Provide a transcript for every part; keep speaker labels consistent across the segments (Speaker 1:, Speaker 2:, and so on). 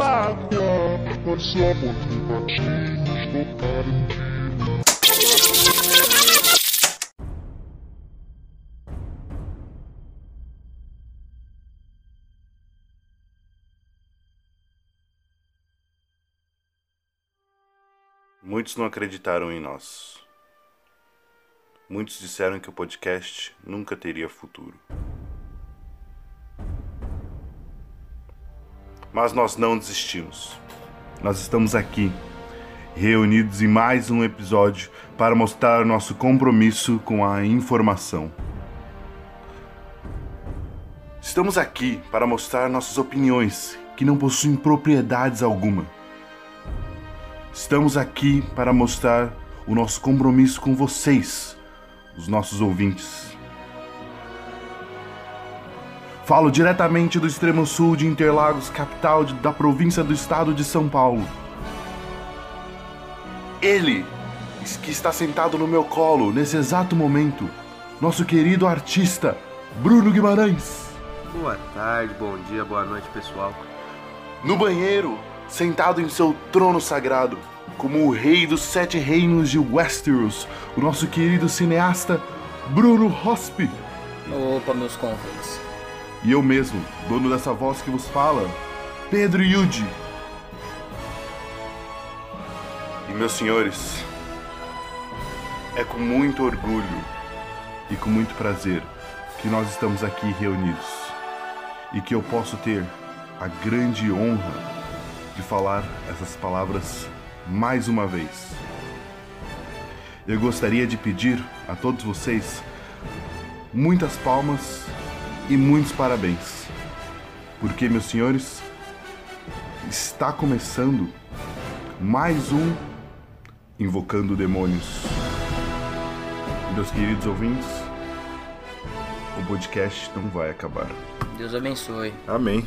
Speaker 1: água, quando sobe os patinhos do Tarantino.
Speaker 2: Muitos não acreditaram em nós. Muitos disseram que o podcast nunca teria futuro. Mas nós não desistimos. Nós estamos aqui, reunidos em mais um episódio para mostrar nosso compromisso com a informação. Estamos aqui para mostrar nossas opiniões, que não possuem propriedades alguma. Estamos aqui para mostrar o nosso compromisso com vocês, os nossos ouvintes. Falo diretamente do extremo sul de Interlagos, capital de- da província do estado de São Paulo. Ele, es- que está sentado no meu colo nesse exato momento, nosso querido artista, Bruno Guimarães.
Speaker 3: Boa tarde, bom dia, boa noite, pessoal.
Speaker 2: No banheiro, sentado em seu trono sagrado, como o rei dos sete reinos de Westeros, o nosso querido cineasta Bruno Hospi.
Speaker 4: Opa, meus confrades.
Speaker 2: E eu mesmo, dono dessa voz que vos fala, Pedro Yudi. E meus senhores, é com muito orgulho e com muito prazer que nós estamos aqui reunidos e que eu posso ter a grande honra de falar essas palavras mais uma vez. Eu gostaria de pedir a todos vocês muitas palmas e muitos parabéns. Porque, meus senhores, está começando mais um Invocando Demônios. Meus queridos ouvintes, o podcast não vai acabar.
Speaker 4: Deus abençoe.
Speaker 2: Amém.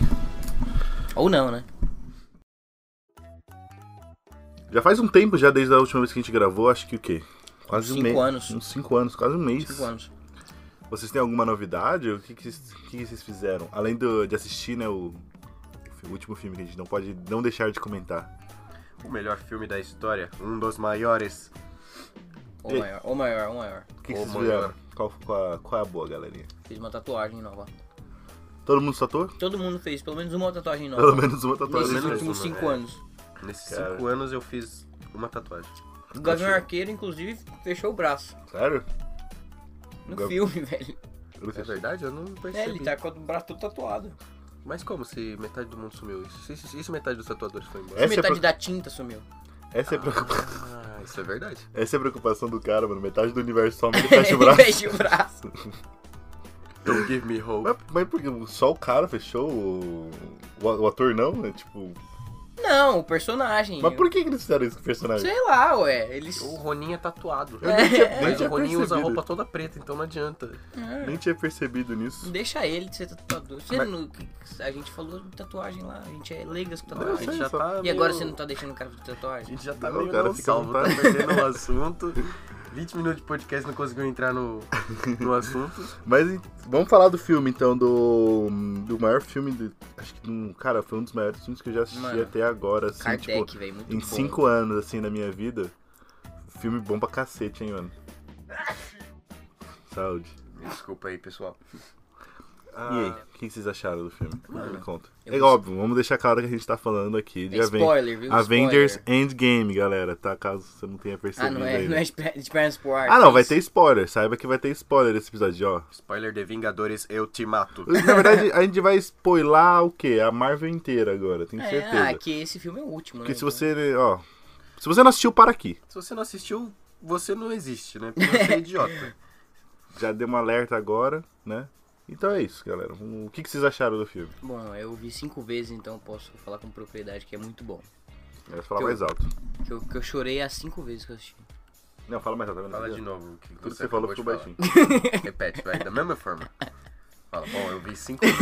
Speaker 4: Ou não, né?
Speaker 2: Já faz um tempo já desde a última vez que a gente gravou, acho que o quê? Quase um
Speaker 4: Cinco
Speaker 2: mês.
Speaker 4: anos.
Speaker 2: Uns cinco anos, quase um mês.
Speaker 4: Cinco anos.
Speaker 2: Vocês têm alguma novidade? O que, que, vocês, o que que vocês fizeram? Além do- de assistir, né, o, o último filme que a gente não pode não deixar de comentar.
Speaker 3: O melhor filme da história, um dos maiores.
Speaker 4: Ou
Speaker 2: E-
Speaker 4: maior, ou maior, ou maior.
Speaker 2: O que, que
Speaker 3: Ô,
Speaker 2: vocês
Speaker 3: mano.
Speaker 2: fizeram? Qual, qual, a- qual é a boa, galerinha?
Speaker 4: Fiz uma tatuagem nova.
Speaker 2: Todo mundo tatuou?
Speaker 4: Todo mundo fez pelo menos uma tatuagem nova.
Speaker 2: Pelo menos uma
Speaker 4: Nesses
Speaker 2: tatuagem.
Speaker 3: menos
Speaker 4: últimos
Speaker 3: uma,
Speaker 2: né?
Speaker 4: cinco
Speaker 3: é.
Speaker 4: anos.
Speaker 3: Nesses
Speaker 2: Cara.
Speaker 3: cinco anos eu fiz uma tatuagem.
Speaker 2: É.
Speaker 4: O Gavião Arqueiro, inclusive, fechou o braço.
Speaker 2: Sério?
Speaker 4: No
Speaker 2: Gav-
Speaker 4: filme, velho.
Speaker 2: Eu não
Speaker 3: É
Speaker 2: sei.
Speaker 3: verdade? Eu não
Speaker 4: É,
Speaker 3: percebi.
Speaker 4: ele tá com o braço todo tatuado.
Speaker 3: Mas como se metade do mundo sumiu? E se, se- e se metade dos tatuadores foi embora?
Speaker 2: Essa é
Speaker 4: Metade
Speaker 2: pro-
Speaker 4: da tinta sumiu.
Speaker 2: Essa, é a preocupa-
Speaker 3: Ah, isso é verdade.
Speaker 2: Essa é a preocupação do cara, mano. Metade do universo só me fecha o
Speaker 4: Ele
Speaker 2: braço.
Speaker 4: fecha o braço.
Speaker 3: Don't give me hope.
Speaker 2: mas, mas por que? Só o cara fechou? O, o ator não? É tipo.
Speaker 4: Não, o personagem.
Speaker 2: Mas por que que eles fizeram isso com o personagem?
Speaker 4: Sei lá, ué. Eles.
Speaker 3: O Ronin é tatuado.
Speaker 2: Eu nem tinha, nem
Speaker 3: Mas o
Speaker 2: tinha
Speaker 3: Ronin usa
Speaker 2: percebido.
Speaker 3: roupa toda preta, então não adianta.
Speaker 4: É.
Speaker 2: Nem tinha percebido nisso.
Speaker 4: Deixa ele de ser tatuador. Você
Speaker 2: Mas-
Speaker 4: não- A gente falou de tatuagem lá. A gente é leigas com
Speaker 3: A
Speaker 2: Eu
Speaker 4: tatuagem.
Speaker 3: gente
Speaker 2: sei,
Speaker 3: já
Speaker 2: só-
Speaker 3: tá
Speaker 4: E agora
Speaker 3: meio-
Speaker 4: você não tá deixando o cara de
Speaker 3: A
Speaker 4: tatuagem?
Speaker 3: gente já tá
Speaker 2: Não,
Speaker 3: meio
Speaker 2: cara,
Speaker 3: não
Speaker 2: fica à
Speaker 3: salvo, tá
Speaker 2: vontade.
Speaker 3: perdendo o assunto. 20 minutos de podcast não conseguiu entrar no, no assunto.
Speaker 2: Mas en- vamos falar do filme, então, do. Do maior filme. do- acho que. um- Cara, foi um dos maiores filmes que eu já assisti
Speaker 4: Mano,
Speaker 2: até agora, assim,
Speaker 4: Kardec,
Speaker 2: tipo.
Speaker 4: velho, muito
Speaker 2: Em
Speaker 4: bom.
Speaker 2: cinco anos, assim, na minha vida. Filme bom pra cacete, hein, mano. Saúde.
Speaker 3: Desculpa aí, pessoal.
Speaker 2: E aí, o que que vocês acharam do filme? Me conta.
Speaker 4: eu
Speaker 2: É
Speaker 4: gostei.
Speaker 2: óbvio, vamos deixar claro que a gente tá falando aqui de
Speaker 4: É spoiler, viu?
Speaker 2: Avengers
Speaker 4: Spoiler.
Speaker 2: Endgame, galera, tá? Caso você não tenha
Speaker 4: Ah,
Speaker 2: percebido
Speaker 4: não é,
Speaker 2: ainda.
Speaker 4: não é Sp- Spider-Man Wars.
Speaker 2: Ah, não, vai ter spoiler. Saiba que vai ter spoiler nesse episódio, ó.
Speaker 3: Spoiler de Vingadores, eu te mato.
Speaker 2: Na verdade, a gente vai spoilar o quê? A Marvel inteira agora, tenho
Speaker 4: É,
Speaker 2: certeza.
Speaker 4: Ah, que esse filme é o último,
Speaker 2: Porque
Speaker 4: né?
Speaker 2: se você, ó... Se você não assistiu, para aqui.
Speaker 3: Se você não assistiu, você não existe, né? Porque você é idiota.
Speaker 2: Já deu um alerta agora, né? Então é isso, galera. O que que vocês acharam do filme?
Speaker 4: Bom, eu vi cinco vezes, então posso falar com propriedade que é muito bom.
Speaker 2: Eu vou falar
Speaker 4: Eu-
Speaker 2: mais alto.
Speaker 4: Que eu, que eu chorei as cinco vezes que eu assisti.
Speaker 2: Não, fala mais alto. tá vendo?
Speaker 3: Fala de novo o que
Speaker 2: Tudo que
Speaker 3: você
Speaker 2: você falou
Speaker 3: acabou de
Speaker 2: ficou
Speaker 3: falar.
Speaker 2: baixinho.
Speaker 3: Repete, vai, da mesma forma. Fala, bom, eu vi cinco vezes.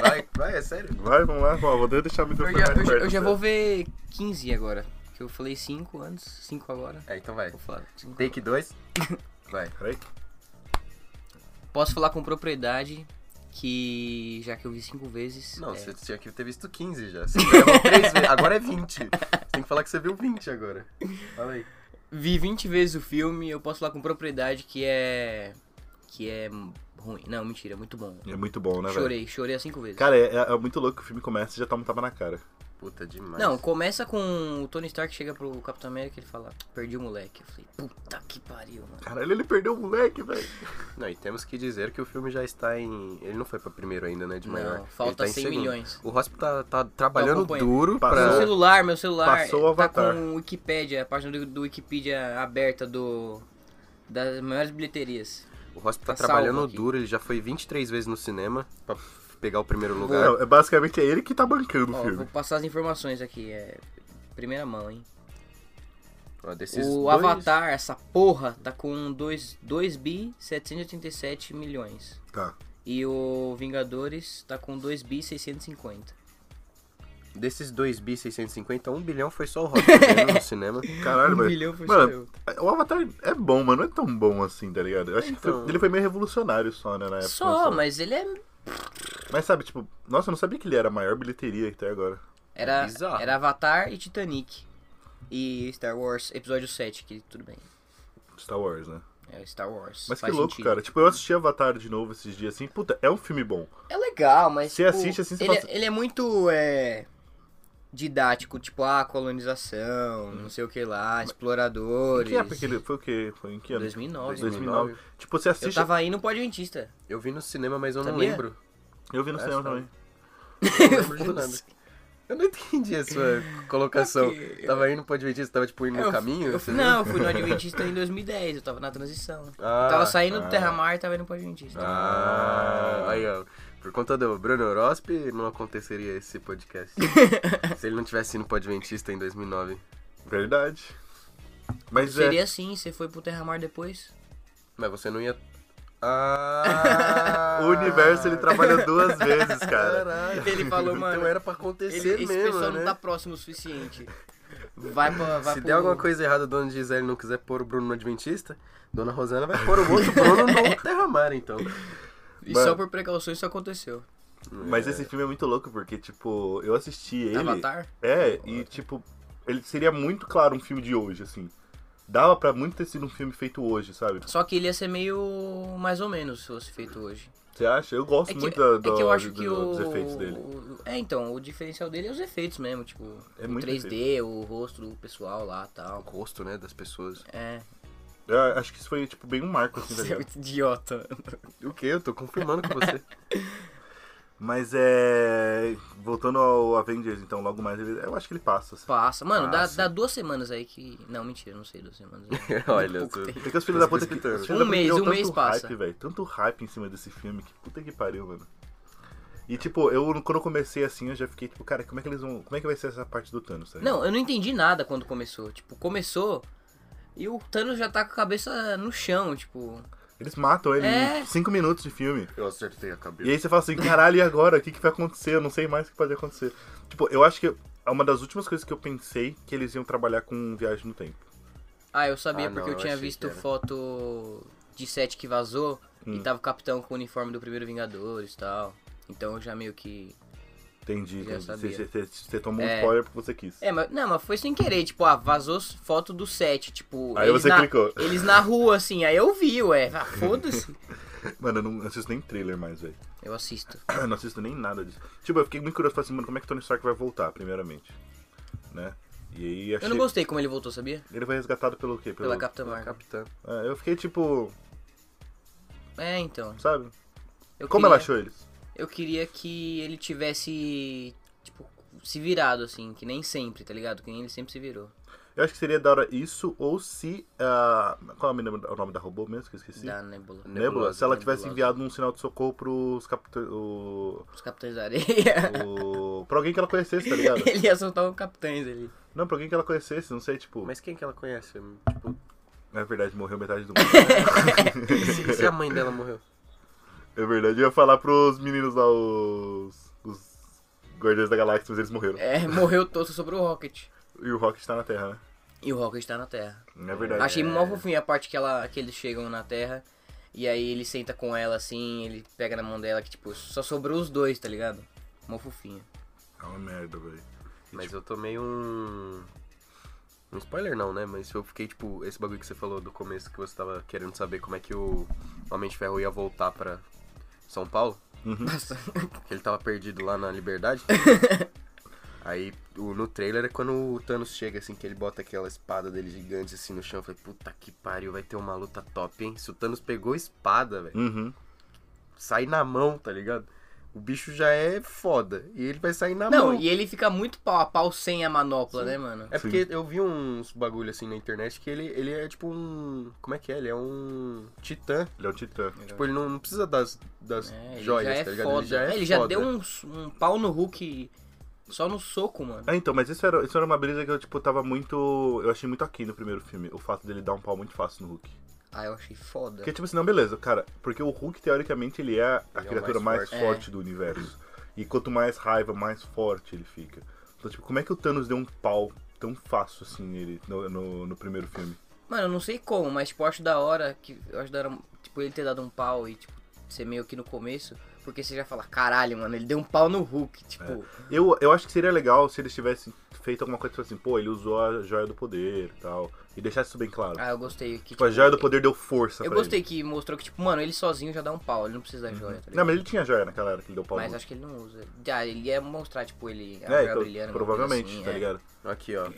Speaker 3: Vai, vai, é sério.
Speaker 2: Vai, vamos lá. Ó, vou deixar o
Speaker 4: Eu
Speaker 2: microfone
Speaker 4: já,
Speaker 2: mais
Speaker 4: eu já-
Speaker 2: perto,
Speaker 4: eu já
Speaker 2: tá?
Speaker 4: vou ver 15 agora. Que eu falei cinco antes, cinco agora.
Speaker 3: É, então vai.
Speaker 4: Vou falar cinco
Speaker 3: Take 2. Vai.
Speaker 2: Peraí.
Speaker 4: Posso falar com propriedade que já que eu vi cinco vezes.
Speaker 3: Não,
Speaker 4: é,
Speaker 3: você tinha que ter visto 15 já. Você leva três vezes. Agora é 20. Você tem que falar que você viu 20 agora. Fala aí.
Speaker 4: Vi 20 vezes o filme, eu posso falar com propriedade que é. que é ruim. Não, mentira, é muito bom.
Speaker 2: É muito bom, né, velho?
Speaker 4: chorei, chorei as cinco vezes.
Speaker 2: Cara, é, é muito louco que o filme começa e já tá um tapa na cara.
Speaker 3: Puta, demais.
Speaker 4: Não, começa com o Tony Stark chega pro Capitão América e ele fala, perdi o moleque. Eu falei, puta que pariu, mano.
Speaker 2: Caralho, ele perdeu o moleque, velho.
Speaker 3: Não, e temos que dizer que o filme já está em. Ele não foi pra primeiro ainda, né? De
Speaker 4: Não,
Speaker 3: maior.
Speaker 4: falta
Speaker 3: Ele tá em
Speaker 4: 100
Speaker 3: segundo.
Speaker 4: milhões.
Speaker 3: O Hospital tá, tá trabalhando
Speaker 4: acompanhando.
Speaker 3: duro pra.
Speaker 4: Meu
Speaker 2: Passou.
Speaker 4: celular, meu celular
Speaker 2: Passou o
Speaker 4: tá
Speaker 2: Avatar.
Speaker 4: com o Wikipedia, a página do, do Wikipedia aberta do das maiores bilheterias.
Speaker 3: O Hospital
Speaker 4: Tá
Speaker 3: tá trabalhando
Speaker 4: salvo aqui.
Speaker 3: duro, ele já foi 23 vezes no cinema pra pegar o primeiro lugar.
Speaker 2: Não, é, basicamente é ele que tá bancando
Speaker 4: Ó,
Speaker 2: o
Speaker 4: vou
Speaker 2: filme.
Speaker 4: passar as informações aqui, é primeira mão, hein.
Speaker 3: Ó, desses
Speaker 4: o
Speaker 3: dois-
Speaker 4: Avatar, essa porra, tá com 2 2 bi 787 milhões.
Speaker 2: Tá.
Speaker 4: E o Vingadores tá com 2 bi 650.
Speaker 3: Desses 2 bi 650, 1 bilhão foi só o Hospital no cinema.
Speaker 2: Caralho,
Speaker 4: Um
Speaker 2: velho.
Speaker 4: milhão foi só eu.
Speaker 2: Mano, o Avatar é bom, mas não é tão bom assim, tá ligado? Eu acho que
Speaker 3: Então.
Speaker 2: foi- ele foi meio revolucionário só, né, na época.
Speaker 4: Só,
Speaker 2: lançou.
Speaker 4: mas ele é
Speaker 2: Mas sabe, tipo, nossa, eu não sabia que ele era a maior bilheteria até agora. É
Speaker 4: era
Speaker 3: Bizarro.
Speaker 4: era Avatar e Titanic. E Star Wars episódio 7, que tudo bem.
Speaker 2: Star Wars, né?
Speaker 4: É Star Wars.
Speaker 2: Mas
Speaker 4: faz
Speaker 2: que louco,
Speaker 4: sentido.
Speaker 2: cara. Tipo, eu assisti Avatar de novo esses dias assim. Puta, é um filme bom.
Speaker 4: É legal, mas.
Speaker 2: Você
Speaker 4: tipo,
Speaker 2: assiste assim, você
Speaker 4: ele,
Speaker 2: fala-
Speaker 4: ele é muito é, didático, tipo, ah, colonização, não sei o que lá,
Speaker 2: Em
Speaker 4: exploradores.
Speaker 2: Uhum. que época que ele foi o quê? Foi em que ano?
Speaker 4: 2009.
Speaker 2: 2009. Tipo, você
Speaker 4: Eu
Speaker 2: assiste. Eu,
Speaker 4: tava indo pro Adventista.
Speaker 3: Eu vi no cinema, mas eu não
Speaker 4: Sabia?
Speaker 3: lembro.
Speaker 2: vi no
Speaker 3: É,
Speaker 2: cinema
Speaker 3: sabe?
Speaker 2: também.
Speaker 3: Eu não lembro de nada. Eu não entendi a sua colocação.
Speaker 4: Ok, eu-
Speaker 3: Tava indo pro adventir, você tava tipo indo no
Speaker 4: Eu-
Speaker 3: caminho?
Speaker 4: eu
Speaker 3: você
Speaker 4: fui-
Speaker 3: viu?
Speaker 4: não, eu fui no Adventista em 2010, eu tava na transição.
Speaker 3: Ah,
Speaker 4: eu tava saindo
Speaker 2: ah.
Speaker 4: do Terra-Mar e tava indo pro Adventista.
Speaker 3: Ah, aí ó. Por conta do Bruno Orosp, não aconteceria esse podcast. Se ele não tivesse ido pro Adventista em 2009.
Speaker 2: Verdade. Mas
Speaker 4: tá. Seria
Speaker 2: é.
Speaker 4: assim, você foi pro Terra-Mar depois?
Speaker 3: Mas você não ia. Ah!
Speaker 2: O universo ele trabalha duas vezes, cara.
Speaker 3: Caralho.
Speaker 4: Ele falou, mano,
Speaker 3: Então era pra
Speaker 4: ele-
Speaker 3: acontecer
Speaker 4: esse
Speaker 3: mesmo,
Speaker 4: pessoal
Speaker 3: né?
Speaker 4: não tá próximo o suficiente. Vai pra. Vai
Speaker 3: Se
Speaker 4: pro-
Speaker 3: der alguma coisa errada, dona Gisele não quiser pôr o Bruno no Adventista, dona Rosana vai pôr o outro Bruno no Terramar, então.
Speaker 4: E
Speaker 2: Mano.
Speaker 4: só por precauções isso aconteceu.
Speaker 2: Mas esse filme é muito louco porque, tipo, eu assisti ele.
Speaker 4: Avatar?
Speaker 2: É, e tipo, ele seria muito claro um filme de hoje, assim. Dava pra muito ter sido um filme feito hoje, sabe?
Speaker 4: Só que ele ia ser meio mais ou menos se fosse feito hoje.
Speaker 2: Você acha? Eu gosto
Speaker 4: É que,
Speaker 2: muito da,
Speaker 4: é
Speaker 2: da-
Speaker 4: que eu acho
Speaker 2: do-
Speaker 4: que o,
Speaker 2: dos efeitos dele.
Speaker 4: o- É, então, o diferencial dele é os efeitos mesmo, tipo,
Speaker 2: É
Speaker 4: o
Speaker 2: muito
Speaker 4: 3D, o rosto do pessoal lá e
Speaker 3: O
Speaker 4: tal.
Speaker 3: rosto, né, das pessoas.
Speaker 4: É,
Speaker 2: Eu acho que isso foi, tipo, bem um marco, assim, tá
Speaker 4: você é
Speaker 2: ligado?
Speaker 4: muito idiota.
Speaker 3: O que? Eu tô confirmando com você.
Speaker 2: Mas é. Voltando ao Avengers, então, logo mais. ele- Eu acho que ele passa. Assim.
Speaker 4: Passa. Mano, dá,
Speaker 2: Passa.
Speaker 4: dá duas semanas aí que. Não, mentira, não sei duas semanas. né?
Speaker 3: Olha,
Speaker 4: Pouco
Speaker 3: tu-
Speaker 4: tempo.
Speaker 2: Porque os filhos da puta É que.
Speaker 3: precipitando.
Speaker 2: os filhos da
Speaker 4: Um
Speaker 2: puta que
Speaker 4: mês,
Speaker 2: deu
Speaker 4: um
Speaker 2: tanto
Speaker 4: mês passa.
Speaker 2: Hype, velho. tanto hype em cima desse filme, que puta que pariu, mano. E tipo, eu quando eu comecei assim, eu já fiquei, tipo, cara, como é que eles vão. Como é que vai ser essa parte do Thanos? tá ligado?
Speaker 4: Não, eu não entendi nada quando começou. Tipo, começou e o Thanos já tá com a cabeça no chão, tipo.
Speaker 2: Eles matam ele
Speaker 4: É.
Speaker 2: em 5 minutos de filme.
Speaker 3: Eu acertei a
Speaker 2: E
Speaker 3: cabeça.
Speaker 2: aí você fala assim, caralho, e agora? O que, que vai acontecer? Eu não sei mais o que pode acontecer. Tipo, eu acho que é uma das últimas coisas que eu pensei que eles iam trabalhar com viagem no tempo.
Speaker 4: Ah, eu sabia
Speaker 3: Ah, não,
Speaker 4: porque eu
Speaker 3: eu
Speaker 4: tinha
Speaker 3: achei que
Speaker 4: visto
Speaker 3: era.
Speaker 4: foto de set que vazou e tava o capitão com o uniforme do primeiro Vingadores e tal. Então eu já meio que.
Speaker 2: Entendi.
Speaker 4: Já
Speaker 2: entendi. Você,
Speaker 4: sabia.
Speaker 2: você- você tomou um
Speaker 4: É.
Speaker 2: spoiler porque você quis.
Speaker 4: É, mas não, mas foi sem querer, tipo, ah, vazou s- foto do set, tipo.
Speaker 2: Aí
Speaker 4: eles
Speaker 2: você
Speaker 4: na,
Speaker 2: clicou.
Speaker 4: Eles na rua, assim, aí eu vi, ué. Ah, foda-se.
Speaker 2: Mano, eu não assisto nem trailer mais, velho.
Speaker 4: eu assisto.
Speaker 2: não assisto nem nada disso. Tipo, eu fiquei muito curioso, falei assim, mano, como é que Tony Stark vai voltar, primeiramente? Né? E aí achei...
Speaker 4: Eu não gostei como ele voltou, sabia?
Speaker 2: Ele foi resgatado pelo quê? Pelo...
Speaker 4: Pela Capitã Marvel.
Speaker 3: Capitã.
Speaker 2: Ah, eu fiquei tipo,
Speaker 4: É, então.
Speaker 2: sabe?
Speaker 4: Eu
Speaker 2: Como
Speaker 4: queria-
Speaker 2: ela achou eles?
Speaker 4: Eu queria que ele tivesse, tipo, se virado, assim, que nem sempre, tá ligado? Que nem ele sempre se virou.
Speaker 2: Eu acho que seria da hora isso, ou se. ah, qual é o nome, o nome da robô mesmo que eu esqueci?
Speaker 4: Da Nebula.
Speaker 2: Nebula,
Speaker 3: Nebulosa,
Speaker 2: se ela
Speaker 4: Nebulosa.
Speaker 2: tivesse enviado um sinal de socorro pros capitã- o,
Speaker 4: Os Capitães da Areia.
Speaker 2: o pra alguém que ela conhecesse, tá ligado?
Speaker 4: ele ia soltar os Capitães ali.
Speaker 2: Não, pra alguém que ela conhecesse, não sei, tipo.
Speaker 3: Mas quem que ela conhece?
Speaker 2: É verdade, morreu metade do mundo. né?
Speaker 3: Tipo, se a mãe dela morreu.
Speaker 2: é verdade, eu ia falar pros meninos lá, os. os Guardiões da Galáxia, mas eles morreram.
Speaker 4: É, morreu todo, só sobrou o Rocket.
Speaker 2: E o Rocket tá na Terra, né?
Speaker 4: E o Rocket tá na Terra.
Speaker 2: É verdade.
Speaker 4: Achei mó fofinho a parte que, ela, que eles chegam na Terra E aí ele senta com ela assim, ele pega na mão dela que, tipo, só sobrou os dois, tá ligado? Mó fofinha.
Speaker 2: É uma merda, velho.
Speaker 4: Tipo
Speaker 3: Mas eu tomei um. Um spoiler não, né? Mas eu fiquei, tipo, esse bagulho que você falou do começo que você tava querendo saber como é que o Homem de Ferro ia voltar pra São Paulo.
Speaker 4: Nossa.
Speaker 3: que ele tava perdido lá na Liberdade. Aí o- no trailer é quando o Thanos chega, assim, que ele bota aquela espada dele gigante assim no chão. Eu falei, puta que pariu, vai ter uma luta top, hein? Se o Thanos pegou a espada, velho,
Speaker 2: Uhum.
Speaker 3: sai na mão, tá ligado? O bicho já é foda. E ele vai sair na
Speaker 4: Não,
Speaker 3: mão.
Speaker 4: e ele fica muito pau a pau sem a manopla, né, mano?
Speaker 3: É porque eu vi uns bagulho assim na internet que ele, ele é tipo um. Como é que é? Ele é um titã.
Speaker 2: Ele é o Titã.
Speaker 3: Tipo, ele não, não precisa das, das
Speaker 4: É, ele
Speaker 3: joias,
Speaker 4: já é
Speaker 3: tá ligado?
Speaker 4: foda.
Speaker 3: Ele já é
Speaker 4: ele já
Speaker 3: foda.
Speaker 4: deu um, um pau no Hulk só no soco, mano.
Speaker 2: Ah, então, mas isso era, isso era uma brisa que eu, tipo, tava muito. Eu achei muito aqui no primeiro filme. O fato dele dar um pau muito fácil no Hulk.
Speaker 4: Ah, eu achei foda.
Speaker 2: Porque, tipo assim, não, beleza, cara. Porque o Hulk, teoricamente, ele é a
Speaker 3: o
Speaker 2: criatura
Speaker 3: mais
Speaker 2: mais,
Speaker 4: forte.
Speaker 2: forte do universo. E quanto mais raiva, mais forte ele fica. Então, tipo, como é que o Thanos deu um pau tão fácil assim nele no, no, no primeiro filme?
Speaker 4: Mano, eu não sei como, mas tipo, eu acho da hora que. Eu acho da hora, tipo, ele ter dado um pau e, tipo, ser meio que no começo. Porque você já fala, caralho, mano, ele deu um pau no Hulk,
Speaker 2: É.
Speaker 4: tipo.
Speaker 2: Eu, eu acho que seria legal se eles tivessem feito alguma coisa tipo assim, pô, ele usou a joia do poder e tal. E deixasse isso bem claro.
Speaker 4: Ah, eu gostei que.
Speaker 2: tipo, a joia do poder deu força
Speaker 4: Eu
Speaker 2: pra
Speaker 4: gostei que mostrou que, tipo, mano, ele sozinho já dá um pau, ele não precisa da joia, tá
Speaker 2: ele. Não,
Speaker 4: ligado?
Speaker 2: mas ele tinha joia naquela era que ele deu pau.
Speaker 4: mas
Speaker 2: no-
Speaker 4: acho que ele não usa. Ah, ele ia mostrar, tipo, ele. a
Speaker 2: é,
Speaker 4: joia
Speaker 2: então,
Speaker 4: brilhando, alguma coisa
Speaker 2: provavelmente,
Speaker 4: assim,
Speaker 2: tá
Speaker 4: é.
Speaker 2: ligado?
Speaker 3: Aqui, ó.